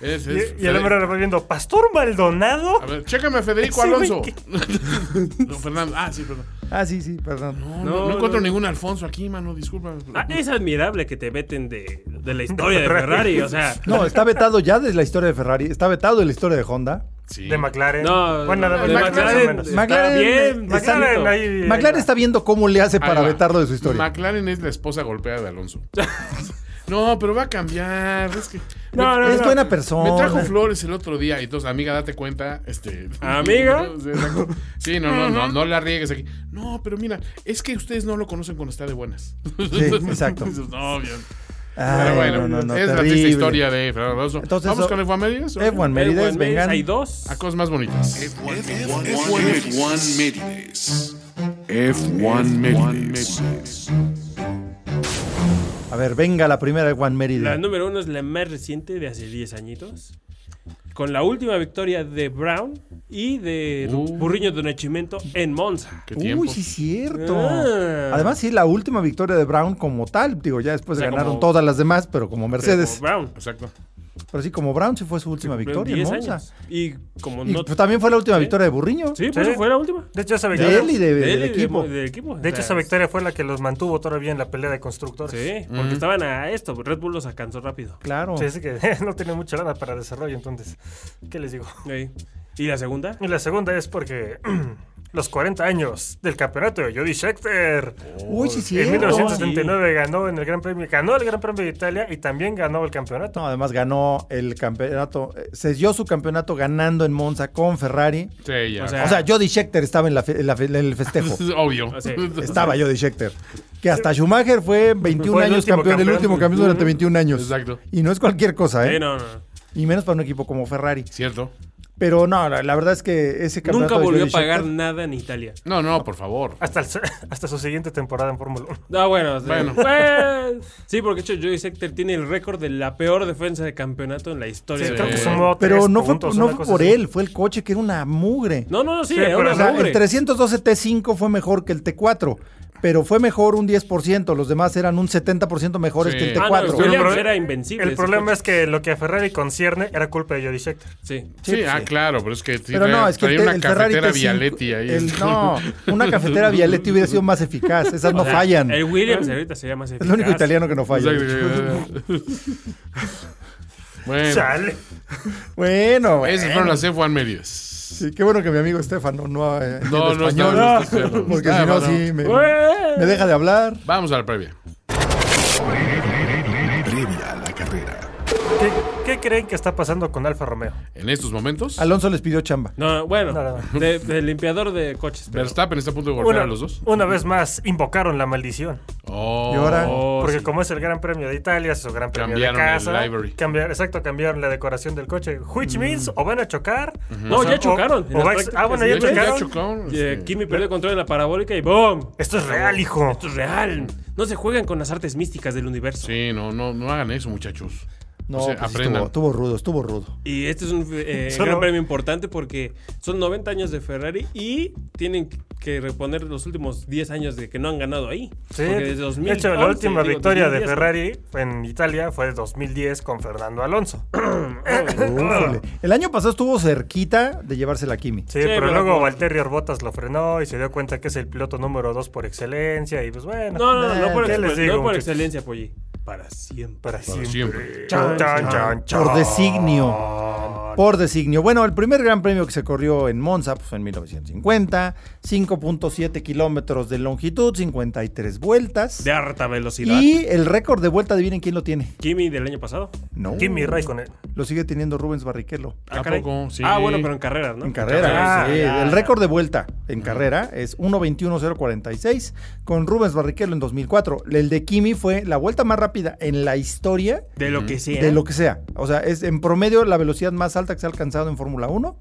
B: Es- es-
D: Y, y el hombre le fue viendo, ¿Pastor Maldonado?
B: a ver, chécame a Federico
D: Ese güey
B: Alonso. no, Fernando. Ah, sí, perdón.
A: Ah, sí, sí, perdón.
B: No, no,
C: No,
B: no encuentro
C: no.
B: ningún Alfonso aquí, mano. Disculpa.
C: Ah, es admirable que te veten de, de la historia de Ferrari, o sea.
A: No, está vetado ya de la historia de Ferrari, está vetado de la historia de Honda.
B: Sí.
D: De McLaren.
C: No,
D: bueno,
C: no,
D: de
C: de McLaren.
D: McLaren. más o menos.
C: Está
A: McLaren,
C: bien,
A: está-
D: McLaren,
C: Marquito.
D: ahí- ahí
A: McLaren
D: va.
A: está viendo cómo le hace
B: Ahí
A: para
B: va.
A: vetarlo de su historia.
B: McLaren es la esposa golpeada de Alonso. no, pero va a cambiar. Es que.
C: No, no,
A: Es
C: no.
A: buena persona.
B: Me trajo flores el otro día. y Entonces, amiga, date cuenta. Este,
C: Amiga.
B: Sí, exacto. Sí, no, no, no, no la riegues aquí. No, pero mira, es que ustedes no lo conocen cuando está de buenas.
A: Sí, exacto.
B: Dices, no, bien.
A: Ay,
B: pero bueno,
A: no, no, no,
B: es la
A: terrible.
B: triste historia de Fernando Alonso.
A: Entonces,
B: Vamos
A: o-
B: con el Juan Medias. ¿o qué?
A: F1
C: F1
A: Mérides,
C: Mérides,
A: vengan.
C: Hay dos.
B: A cosas más bonitas.
F: F1 Medides. F1 Medides.
A: A ver, venga la primera de Juan
C: La
A: Mérida.
C: número uno es la más reciente de hace 10 añitos. Con la última victoria de Brown y de
B: Uh.
C: Burriño de Nacimiento en Monza.
B: Qué tiempo.
A: Uy, sí, cierto.
C: Ah.
A: Además, sí, la última victoria de Brown como tal. Digo, ya después
C: O sea,
A: ganaron
C: como-
A: todas las demás, pero como Mercedes.
C: Como Brown.
B: Exacto.
A: Pero sí, como Brown sí fue su última victoria en
C: 10
A: Monza.
C: años. Y como
A: Y
C: no.
A: pues, también fue la última victoria de Burriño.
C: Sí, pues
D: Sí.
C: fue la última.
D: De hecho, esa victoria,
A: De él y de-
C: De
A: del
C: él y de-
A: equipo.
C: del equipo.
D: de hecho,
C: O
D: esa
C: sea,
D: victoria fue la que los mantuvo todavía en la pelea de constructores.
C: Sí, porque estaban a esto. Red Bull los alcanzó rápido.
A: Mm. Claro.
D: Sí, así que no tiene mucha lana para desarrollo, entonces, ¿qué les digo?
C: Ey. ¿Y la
A: ¿Eh?
C: segunda?
D: Y la segunda es porque los 40 años del campeonato de Jody Scheckter.
A: Uy, sí, sí.
D: En 1979 ganó en el Gran Premio, ganó el Gran Premio de Italia y también ganó el campeonato.
A: No, además ganó el campeonato, eh, selló su campeonato ganando en Monza con Ferrari.
B: Sí, ya.
C: O sea,
A: O sea, Jody Scheckter estaba en, la fe- en la fe- en el festejo.
B: Obvio.
C: O sea,
A: estaba Jody Scheckter. Que hasta Schumacher fue 21
D: Fue el
A: años
D: último
A: campeón, el
D: campeón.
A: último campeón durante 21 años.
B: Exacto.
A: Y no es cualquier cosa, ¿eh?
C: Eh, no, no, no.
A: Y menos para un equipo como Ferrari.
B: ¿Cierto?
A: Pero no, la, la verdad es que ese campeonato.
C: Nunca
A: de
C: volvió a
A: Jody
C: pagar
A: Scheckter-
C: nada en Italia.
B: No, no, por favor.
A: Ah,
D: Hasta, el- hasta su siguiente temporada en Fórmula 1.
C: Ah, bueno. o sea,
B: Bueno.
C: pues, sí, porque de hecho Joey Sector tiene el récord de la peor defensa de campeonato en la historia.
D: Sí,
C: de-
D: creo que sumó
A: Pero
D: tres
A: no fue,
D: puntos,
A: no
D: una
A: fue
D: cosa
A: por
D: así.
A: él, fue el coche que era una mugre.
C: No, no, no, sí,
D: Sí,
C: era
D: pero
C: una
A: O sea,
C: mugre.
A: el 312 T5 fue mejor que el T4, pero fue mejor un 10%. Los demás eran un 70% mejores
B: Sí.
A: que el
B: Ah,
C: no,
A: T4.
C: Williams
D: Pero el
C: era
D: problema-
C: invencible,
D: El
A: este
C: ese
D: problema
C: coche.
D: es que lo que a Ferrari concierne era culpa de Jody Scheckter.
C: Sí.
B: Sí, ah, claro, pero es que sí,
A: pero no,
B: traía-
A: es que el,
B: traía
A: te-
B: una
A: el Ferrari
B: cafetera
A: T5,
B: Vialetti ahí.
A: el- no, una cafetera Vialetti hubiera sido más eficaz. Esas no
C: O sea,
A: fallan.
C: El
A: Es
C: Williams ahorita sería más eficaz.
A: el único italiano que no falla.
B: Exacto. Bueno,
D: Chale.
A: Bueno, bueno.
B: esas fueron las F1 medias.
A: Sí, qué bueno que mi amigo Estefano no eh, entiende
B: No, no
A: español.
B: está, no está, no está.
A: porque
B: Ah,
A: si no,
B: bueno.
A: sí, me,
C: Pues.
A: me deja de hablar.
B: Vamos a la previa.
E: Previa a la carrera.
D: ¿Qué, qué creen que está pasando con Alfa Romeo?
B: En estos momentos,
A: Alonso les pidió chamba.
C: No, bueno,
D: Nada más.
C: de, de limpiador de coches. pero-
B: Verstappen está a punto de golpear
D: Una,
B: a los dos.
D: una vez más invocaron la maldición.
B: Oh,
A: Y ahora-
B: oh,
D: porque
B: sí.
D: como es el Gran Premio de Italia, es su Gran Premio
B: Cambiaron
D: de
B: el
D: casa.
B: livery.
D: cambiar- exacto, cambiaron la decoración del coche. Which means o van a chocar.
C: No,
D: o sea,
C: ya chocaron.
D: o-
C: En las
D: o va a-
C: prácticas,
D: ah, bueno,
C: de
D: ya
C: hecho,
D: chocaron.
B: chocaron,
C: Y, eh,
B: este,
C: Kimi perdió control de la parabólica y ¡boom!
D: Esto es real, hijo.
C: Ah, Esto es real. No se juegan con las artes místicas del universo.
B: Sí, no, no, no hagan eso, muchachos.
A: No,
B: O sea,
A: pues
B: eh,
A: sí
B: aprendan.
A: estuvo, estuvo rudo, estuvo rudo.
C: Y este es un eh,
D: Solo-
C: gran premio importante porque son 90 años de Ferrari y tienen que reponer los últimos 10 años de que no han ganado ahí.
D: Sí,
C: Porque desde 2000
D: de hecho, la última victoria de Ferrari en Italia fue 2010 con Fernando Alonso.
A: Ujole. El año pasado estuvo cerquita de llevársela a Kimi.
D: Sí,
C: Sí,
D: pero,
C: pero
D: luego
C: no.
D: Valtteri Orbotas lo frenó y se dio cuenta que es el piloto número 2 por excelencia y pues bueno.
C: No, no, no, no,
D: eh,
C: por,
D: ¿qué les
C: no
D: digo,
C: por
D: muchachos?
C: excelencia, Polly. Para siempre.
D: Para
B: Para
D: siempre.
B: siempre.
D: Chan, chan, chan, chan.
A: Por designio. Por designio. Bueno, el primer gran premio que se corrió en Monza pues, fue en 1950. 5.7 kilómetros de longitud, 53 vueltas.
C: De harta velocidad.
A: Y el récord de vuelta, adivinen quién lo tiene.
C: Kimi del año pasado.
A: No.
D: Kimi Raikkonen.
A: Lo sigue teniendo Rubens Barrichello.
C: Ah,
B: ¿A
C: caray.
B: poco? Sí.
C: Ah, bueno, pero en carreras, ¿no?
A: En carrera,
C: Ah,
A: sí.
C: ya,
A: el
C: ya.
A: récord de vuelta en carrera es 1.21.046 con Rubens Barrichello en 2004. El de Kimi fue la vuelta más rápida en la historia
C: De lo que sea.
A: de lo que sea. O sea, es en promedio la velocidad más alta que se ha alcanzado en Fórmula 1.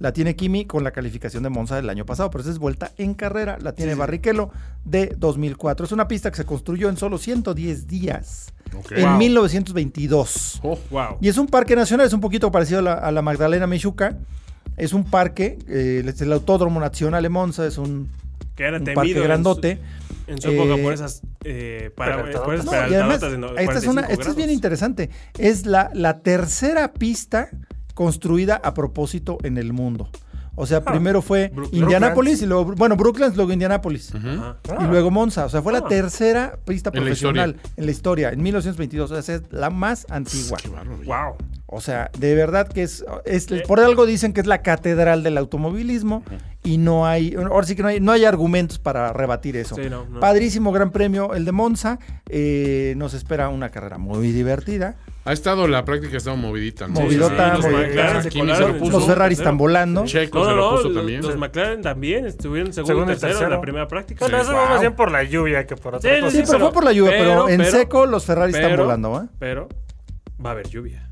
A: La tiene Kimi con la calificación de Monza del año pasado, pero esa es vuelta en carrera. La tiene Barrichello de 2004. Es una pista que se construyó en solo 110 días,
B: Ok.
A: en
C: Wow.
A: 1922.
B: Oh,
C: Wow.
A: Y es un parque nacional, es un poquito parecido a la, a la Magdalena Michuca. Es un parque, eh, es el Autódromo Nacional de Monza, es un,
C: que era
A: un
C: temido. en
A: parque
C: su-
A: grandote.
C: En su época
A: Eh,
C: por esas. Eh, para,
D: peraltadotas.
C: por esas
A: No, y además,
C: peraltadotas de no-
A: esta es, una,
C: 45
A: esta es bien
C: grados.
A: interesante. Es la, la tercera pista construida a propósito en el mundo. O sea,
C: Ah,
A: primero fue
D: Brooklands.
A: Indianápolis y luego, bueno, Brooklands, luego Indianápolis.
C: Ajá.
A: Y luego Monza. O sea, fue la
C: Ah.
A: tercera pista
B: En la
A: profesional en la historia, en 1922. O sea, es la más antigua.
B: qué bárbaro.
C: Wow.
A: O sea, de verdad que es, es- por algo dicen que es la catedral del automovilismo y no hay, ahora sí que no hay, no hay argumentos para rebatir eso.
C: Sí, no, no.
A: Padrísimo gran premio el de Monza, eh, nos espera una carrera muy divertida.
B: Ha estado la práctica, ha estado movidita. ¿no? Sí,
A: Movidota,
B: sí, sí.
A: movidita.
B: Claro, Kimi
C: Colaron
B: se
C: en
B: lo puso.
A: Los Ferrari están volando.
B: Checo
C: No,
B: se
C: no,
B: lo
C: no,
B: puso
C: los,
B: también.
C: los McLaren también estuvieron segundo,
D: Segundo y
C: y tercero, en
D: tercero.
C: la primera práctica.
D: Bueno, eso va
A: Wow.
D: más bien por la lluvia que por otra
C: Sí,
D: cosa.
A: Sí, pero,
C: pero-
A: fue por la lluvia, pero,
C: pero-
A: en
C: pero-
A: seco los Ferrari están
C: pero-
A: volando, ¿eh?
C: Pero va a haber lluvia.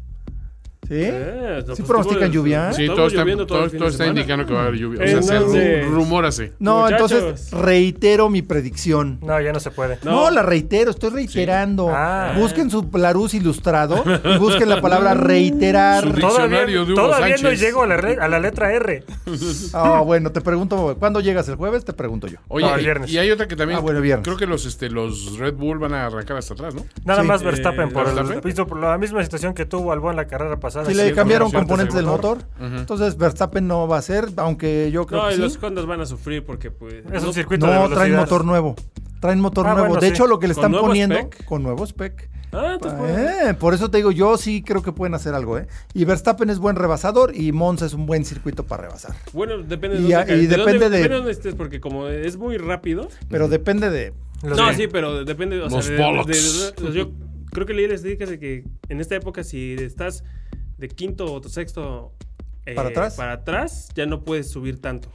A: ¿Sí?
C: Eh, no,
A: ¿Sí
C: pues,
A: pronostican
C: estuvo-
A: lluvia?
B: Sí,
C: estuvo
B: todo está,
C: lloviendo todo
B: todo-
C: el fin
B: todo
C: de
B: está
C: semana.
B: indicando que va a haber lluvia. O sea, se
C: Entonces-
B: ru- rumórase.
A: No,
C: Muchachos.
A: entonces reitero mi predicción.
D: No, ya no se puede.
A: No,
C: No.
A: la reitero, estoy reiterando.
D: Ah.
A: Busquen su Larus ilustrado y busquen la palabra
B: Su
A: reiterar.
B: di- diccionario de Hugo
D: todavía no
B: Sánchez.
D: llego a la, re- a la letra R.
A: Ah, bueno, te pregunto, ¿cuándo llegas el jueves? Te pregunto yo.
B: Oye,
D: No,
B: y-
D: viernes.
B: y hay otra que también.
A: Ah, bueno, viernes.
B: Creo que los, este, los Red Bull van a arrancar hasta atrás, ¿no?
D: Nada
A: Sí.
D: más Verstappen
C: Eh,
D: por, el-
B: Verstappen.
D: hizo por la misma situación que tuvo Albon la carrera pasada.
A: Si
D: Sí,
A: le
D: con
A: cambiaron
D: las llantas
A: componentes del motor,
B: Ujú.
A: entonces Verstappen no va a ser, aunque yo creo
C: No,
A: que
C: y
A: sí.
C: los Hondas van a sufrir porque pues
D: Es
C: no-
D: un circuito de
A: No,
D: velocidad.
A: traen motor nuevo. Traen motor
D: Ah,
A: nuevo.
D: bueno,
A: de
D: sí.
A: hecho, lo que le
C: ¿Con
A: están
C: nuevo
A: poniendo
C: spec?
A: con nuevo spec.
C: Ah, entonces pues,
A: Eh, por eso te digo, yo sí creo que pueden hacer algo, ¿eh? Y Verstappen es buen rebasador y Monza es un buen circuito para rebasar.
C: bueno, depende
A: Y
C: de
A: a-
C: dónde, ca-
A: y
C: de dónde-
A: depende de-
C: depende de dónde estés porque como es muy rápido.
A: Pero depende de
D: Los
C: no,
D: de-
C: sí, pero depende. O sea,
B: Los
C: de- de-
B: bollocks.
C: de- de- yo creo que leí les dije que en esta época, si estás de quinto o sexto eh,
A: ¿Para atrás?
C: para atrás, ya no puedes subir tanto.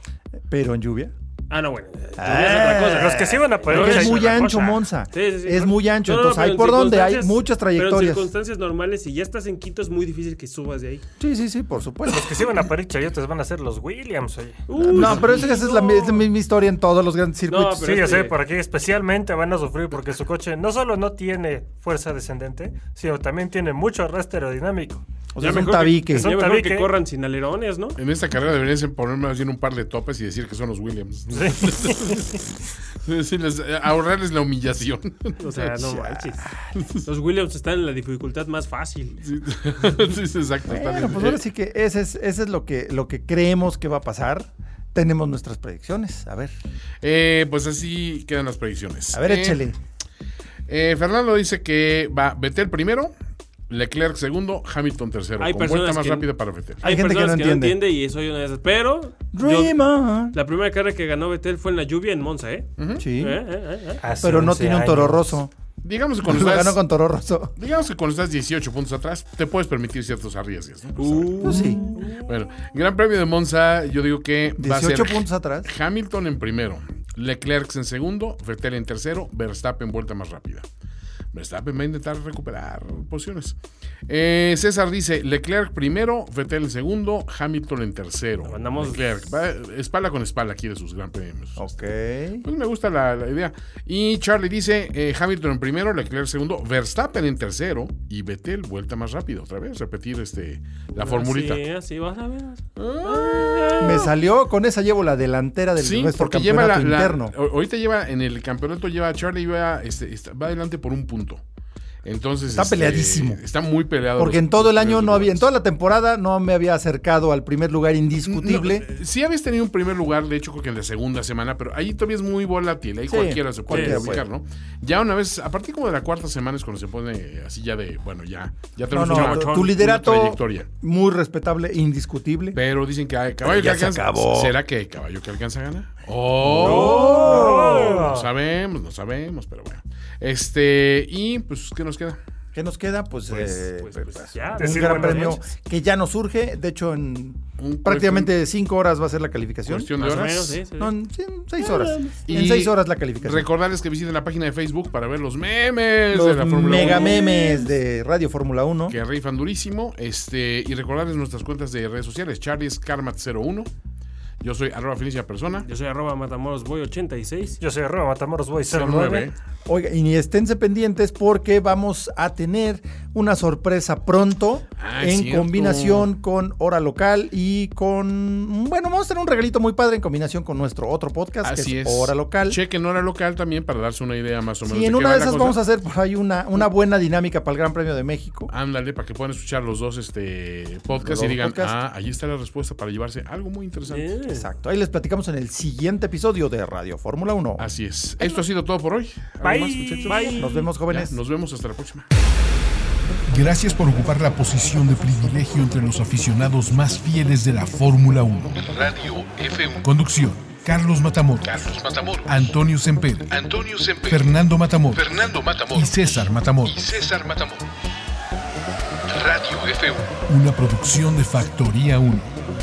A: pero en lluvia.
C: Ah, no, bueno. eh,
A: Ah,
C: ya es otra cosa.
D: Los que sí van a poder
C: Pero
A: Porque
C: esa
A: es
C: es
A: muy
C: otra
A: ancho
D: cosa.
A: Monza.
C: Sí, sí, sí.
A: Es muy ancho.
C: No, no,
A: entonces
C: pero
A: hay
C: en
A: por donde hay
C: circunstancias-
A: muchas
C: Pero en
A: trayectorias.
C: circunstancias normales, si ya estás en quinto, es muy difícil que subas de ahí.
A: Sí, sí, sí, por supuesto.
D: Los que sí van a parir chayotes van a ser los Williams, oye.
C: Uy,
A: No, pero esa
C: sí,
A: es la,
C: no.
A: mi- es la misma historia en todos los grandes circuitos.
C: Pues, pero
D: sí, ya
C: este-
D: sé, por aquí especialmente van a sufrir porque su coche no solo no tiene fuerza descendente, sino también tiene mucho arrastre aerodinámico.
A: o sea,
C: Ya
A: es un
C: mejor que-
A: tabique.
C: ya
D: un
C: mejor
D: tabique.
C: que corran sin alerones, ¿no?
B: En esta carrera deberían poner más bien un par de topes y decir que son los Williams. Sí, les- eh, ahorrarles la humillación.
C: O sea, no manches. Los Williams están en la dificultad más fácil.
B: Sí, sí, sí, exacto. Eh,
A: Bueno, pues ahora sí que ese es, ese es lo, que, lo que creemos que va a pasar. Tenemos nuestras predicciones. A ver,
B: Eh, pues así quedan las predicciones.
A: a ver,
B: Eh,
A: échele.
B: eh, Fernando dice que va Betel primero, Leclerc segundo, Hamilton tercero.
C: Hay
B: con vuelta
C: personas
B: más
C: que- Ah.
B: rápida para Vettel.
A: Hay gente que
C: personas
A: no
C: que no
A: entiende.
C: entiende y soy una de esas. Pero yo-
A: Dream on.
C: la primera carrera que ganó Vettel fue en la lluvia en Monza, ¿eh?
A: Sí.
C: Eh, eh, eh, eh.
D: Hace
A: Pero no
D: 11
A: tiene un toro
D: años.
A: roso.
B: Digamos que cuando
A: Lo ganó
B: estás,
A: con toro roso.
B: digamos que cuando estás 18 puntos atrás, te puedes permitir ciertos arriesgues. ¿no?
C: Uh,
A: Pues sí.
B: Bueno, Gran Premio de Monza, yo digo que va a ser
A: 18 puntos atrás.
B: Hamilton en primero, Leclerc en segundo, Vettel en tercero, Verstappen vuelta más rápida. Verstappen va a intentar recuperar posiciones. Eh, César dice, Leclerc primero, Vettel en segundo, Hamilton en tercero.
C: mandamos- Oh.
B: Leclerc, va espalda con espalda quiere sus Gran Premios.
A: Ok.
B: Pues me gusta la, la idea. Y Charlie dice, eh, Hamilton en primero, Leclerc en segundo, Verstappen en tercero y Vettel vuelta más rápido. Otra vez, repetir este, la formulita.
C: Ah, Pues Sí, así vas a ver.
A: Me salió, con esa llevo la delantera del
B: Sí,
A: nuestro
B: porque lleva la,
A: campeonato
B: la-
A: interno.
B: a- ahorita lleva en el campeonato lleva Charlie va, este, está- va adelante por un punto. Entonces
A: Está
B: este,
A: peleadísimo.
B: Está muy peleado.
A: Porque
B: los-
A: en todo el
B: los
A: año
B: primeros
A: no había, en
B: lugares.
A: toda la temporada no me había acercado al primer lugar indiscutible.
B: No, eh, sí habías tenido un primer lugar, de hecho creo que en la segunda semana, pero ahí todavía es muy volátil, ahí
A: Sí,
B: cualquiera se puede
A: cualquiera
B: ubicar, ¿no? Ya una vez, a partir como de la cuarta semana es cuando se pone eh, así ya de, bueno, ya, ya
A: No,
B: tenemos
A: no,
B: una-
A: tu-
B: una
A: tu liderato
B: trayectoria.
A: muy respetable, e indiscutible.
B: Pero dicen que hay caballo que
A: ya se
B: alcanza.
A: acabó.
B: ¿Será que hay caballo que alcanza a ganar? Oh, no sabemos, no sabemos, pero bueno. Este, y pues, ¿qué nos queda?
A: ¿Qué nos queda? Pues, eh,
C: Pues,
A: pues,
C: pues, ya.
D: Decir
A: un gran
D: buenas
A: premio
D: noches.
A: que ya no surge. De hecho, en
B: Un
A: prácticamente cinco horas va a ser la calificación.
B: Cuestión de
C: Más o
B: horas.
C: menos, sí, sí.
A: No, en sí, en seis horas.
B: Y
A: En seis horas la calificación.
B: Recordarles que visiten la página de Facebook para ver los memes de la
A: Los
B: Fórmula
A: mega
B: 1.
A: memes de Radio Fórmula 1.
B: Que rifan durísimo. Este, y recordarles nuestras cuentas de redes sociales. Charlie es Karmat01. Yo soy arroba felicia persona.
C: Yo soy arroba matamorosboy86.
D: Yo soy Roba Matamoros Boy 09.
B: 09.
A: Oiga, y esténse pendientes porque vamos a tener una sorpresa pronto
B: Ah, es
A: en
B: cierto.
A: combinación con Hora Local y con. Bueno, vamos a tener un regalito muy padre en combinación con nuestro otro podcast
B: Así
A: que es,
B: es.
A: Hora Local.
B: Chequen hora local también para darse una idea más o menos.
A: y en
B: qué
A: una
B: va
A: de
B: la
A: esas
B: cosa.
A: vamos a hacer por ahí una, una buena dinámica para el Gran Premio de México.
B: Ándale, para que puedan escuchar los dos este
A: Los
B: podcasts
A: dos
B: y digan,
A: podcasts.
B: ah, ahí está la respuesta para llevarse algo muy interesante.
A: Exacto. Ahí les platicamos en el siguiente episodio de Radio Fórmula 1.
B: Así es. Esto ha sido todo por hoy. ¿Algo
D: Bye.
B: más, muchachos?
D: Bye.
A: Nos vemos,
B: Ya,
A: jóvenes.
B: nos vemos hasta la próxima.
E: Gracias por ocupar la posición de privilegio entre los aficionados más fieles de la Fórmula 1.
I: Radio F1.
E: Conducción: Carlos Matamoros,
I: Carlos Matamoros.
E: Antonio Semper,
I: Antonio Semper.
E: Fernando Matamoros
I: Fernando
E: y
I: Matamoros.
E: César
I: Y
E: Matamoros.
I: César Matamoros. Radio F1.
E: Una producción de Factoría 1.